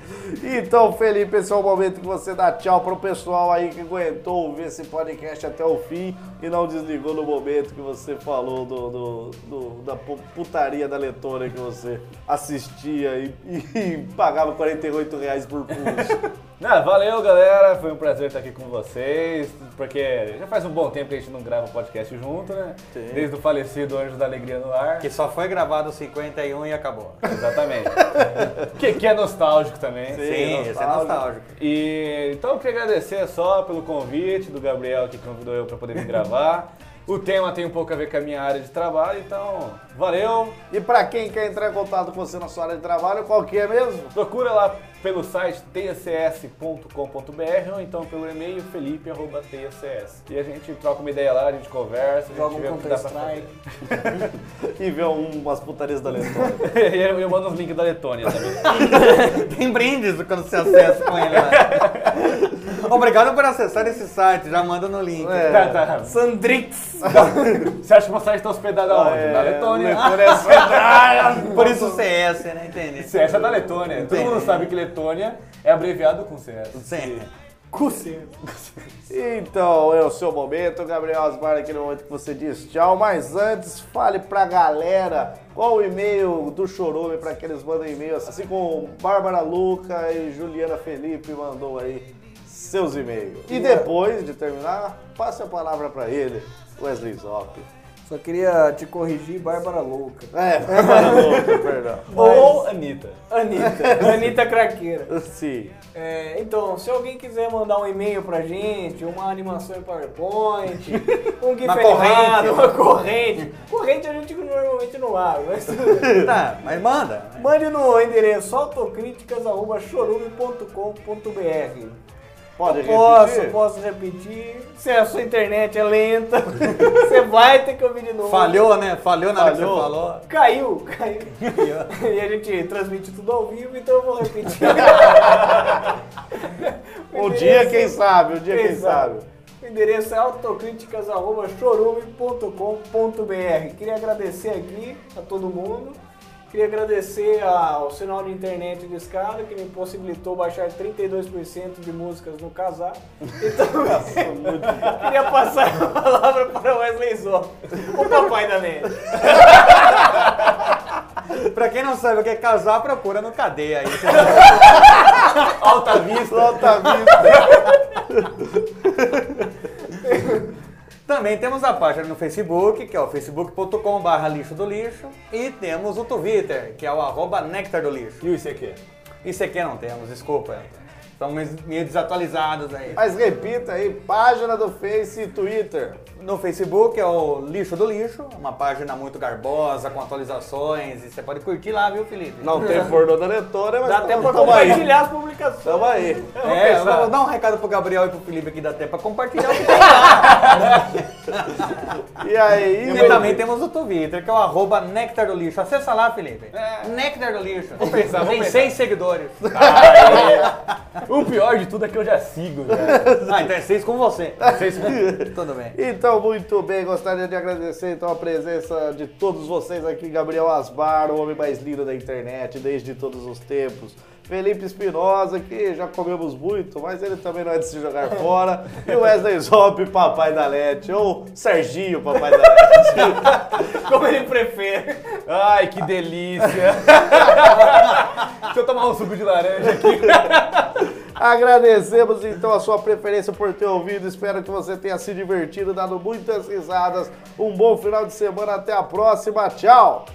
S5: Então, Felipe, esse é o momento que você dá tchau pro pessoal aí que aguentou ouvir esse podcast até o fim e não desligou no momento que você falou do, do- do- da pu- putaria da Letônia que você assistia e, e pagava R$ 48 reais por pulso.
S3: Não, valeu, galera. Foi um prazer estar aqui com vocês. Porque já faz um bom tempo que a gente não grava podcast junto, né? Desde o falecido Anjos da Alegria no Ar.
S4: Que só foi gravado 51 e acabou.
S3: Exatamente. que, que é nostálgico também.
S4: Sim, esse é nostálgico.
S3: E então eu queria agradecer só pelo convite do Gabriel que convidou eu para poder vir gravar. O tema tem um pouco a ver com a minha área de trabalho, então valeu.
S5: E pra quem quer entrar em contato com você na sua área de trabalho, qual que é mesmo?
S3: Procura lá pelo site tcs.com.br ou então pelo e-mail felipe.tcs. E a gente troca uma ideia lá, a gente conversa, a gente
S6: Joga um
S3: vê o que dá pra
S6: Counter-Strike.
S5: E ver umas putarias da Letônia.
S3: fazer. e eu, eu mando os links da Letônia também.
S4: Tem brindes quando você acessa com ele lá. Obrigado por acessar esse site, já manda no link.
S6: É.
S3: tá, tá.
S6: Sandrix!
S3: Você acha que uma site está hospedada onde? na Letônia.
S5: Letônia é
S4: Por isso CS, né? Entende?
S3: CS é da Letônia. Todo
S4: Entendi.
S3: mundo sabe que Letônia é abreviado com CS.
S4: Sim.
S6: Cusser!
S5: Então, é o seu momento, Gabriel Osmar, aquele momento que você diz tchau, mas antes fale pra galera qual o e-mail do Chorume pra que eles mandem e-mail, assim como Bárbara Luca e Juliana Felipe mandou aí seus e-mails. E
S6: é-
S5: depois de terminar, passe a palavra pra ele, Wesley Zop.
S6: Só queria te corrigir, Bárbara Louca.
S5: É, Bárbara Luca, perdão.
S3: Ou Anitta.
S6: Anitta, Anitta Craqueira.
S5: Sim.
S6: É, então, se alguém quiser mandar um e-mail pra gente, uma animação em PowerPoint, um GIF
S4: Uma
S6: animado,
S4: corrente.
S6: uma corrente. Corrente a gente normalmente não abre, mas tudo bem.
S4: Tá, mas manda.
S6: Mande no endereço autocríticas.chorume.com.br
S5: Pode
S6: Posso,
S5: repetir?
S6: posso repetir. Se a sua internet é lenta, você vai ter que ouvir de novo.
S4: Falhou, né? Falhou na hora que você
S5: Falhou.
S4: falou.
S6: Caiu, caiu. e a gente transmite tudo ao vivo, então eu vou repetir.
S5: Um dia, quem sabe, um dia, quem sabe.
S6: O endereço é autocríticas.chorume.com.br. Queria agradecer aqui a todo mundo. Queria agradecer ao sinal de internet de escada que me possibilitou baixar 32% de músicas no casar. Então, queria passar a palavra para Wesley Zó, o papai da net.
S4: Pra quem não sabe o que é casar, procura no cadeia aí.
S3: Alta Vista.
S5: Alta vista.
S4: Também temos a página no Facebook, que é o facebook.com.br lixo do lixo. E temos o Twitter, que é o arroba néctar do lixo.
S3: E o ICQ?
S4: Isso aqui não temos,
S5: É,
S4: desculpa.
S5: tá.
S4: Estamos meio desatualizados aí.
S5: Mas repita aí, página do Face e Twitter.
S4: No Facebook é o Lixo do Lixo, uma página muito garbosa, com atualizações. E você pode curtir lá, viu, Felipe?
S5: Não tem pornô da Letônia, mas
S6: Dá até pra
S5: tamo aí.
S6: compartilhar as publicações.
S5: Tamo aí.
S4: É, eu vou dar um recado pro Gabriel e pro Felipe aqui da até pra compartilhar o que tem lá.
S5: E aí?
S4: E também temos o Twitter, que é o arroba Nectar do Lixo. Acessa lá, Felipe. Nectar do Lixo. Vou
S3: pensar, vou
S4: Tem
S3: pensar.
S4: seis seguidores.
S3: O pior de tudo é que eu já sigo, cara.
S4: Ah, então é seis com você.
S3: Vocês-
S4: Tudo bem.
S5: Então, muito bem, gostaria de agradecer então a presença de todos vocês aqui, Gabriel Asbar, o homem mais lindo da internet desde todos os tempos. Felipe Espinosa, que já comemos muito, mas ele também não é de se jogar fora. E o Wesley Zop, papai da Lete, ou Serginho, papai da Lete.
S6: Como ele prefere.
S3: Ai, que delícia. Deixa eu tomar um suco de laranja aqui.
S5: Agradecemos então a sua preferência por ter ouvido. Espero que você tenha se divertido, dado muitas risadas. Um bom final de semana, até a próxima. Tchau!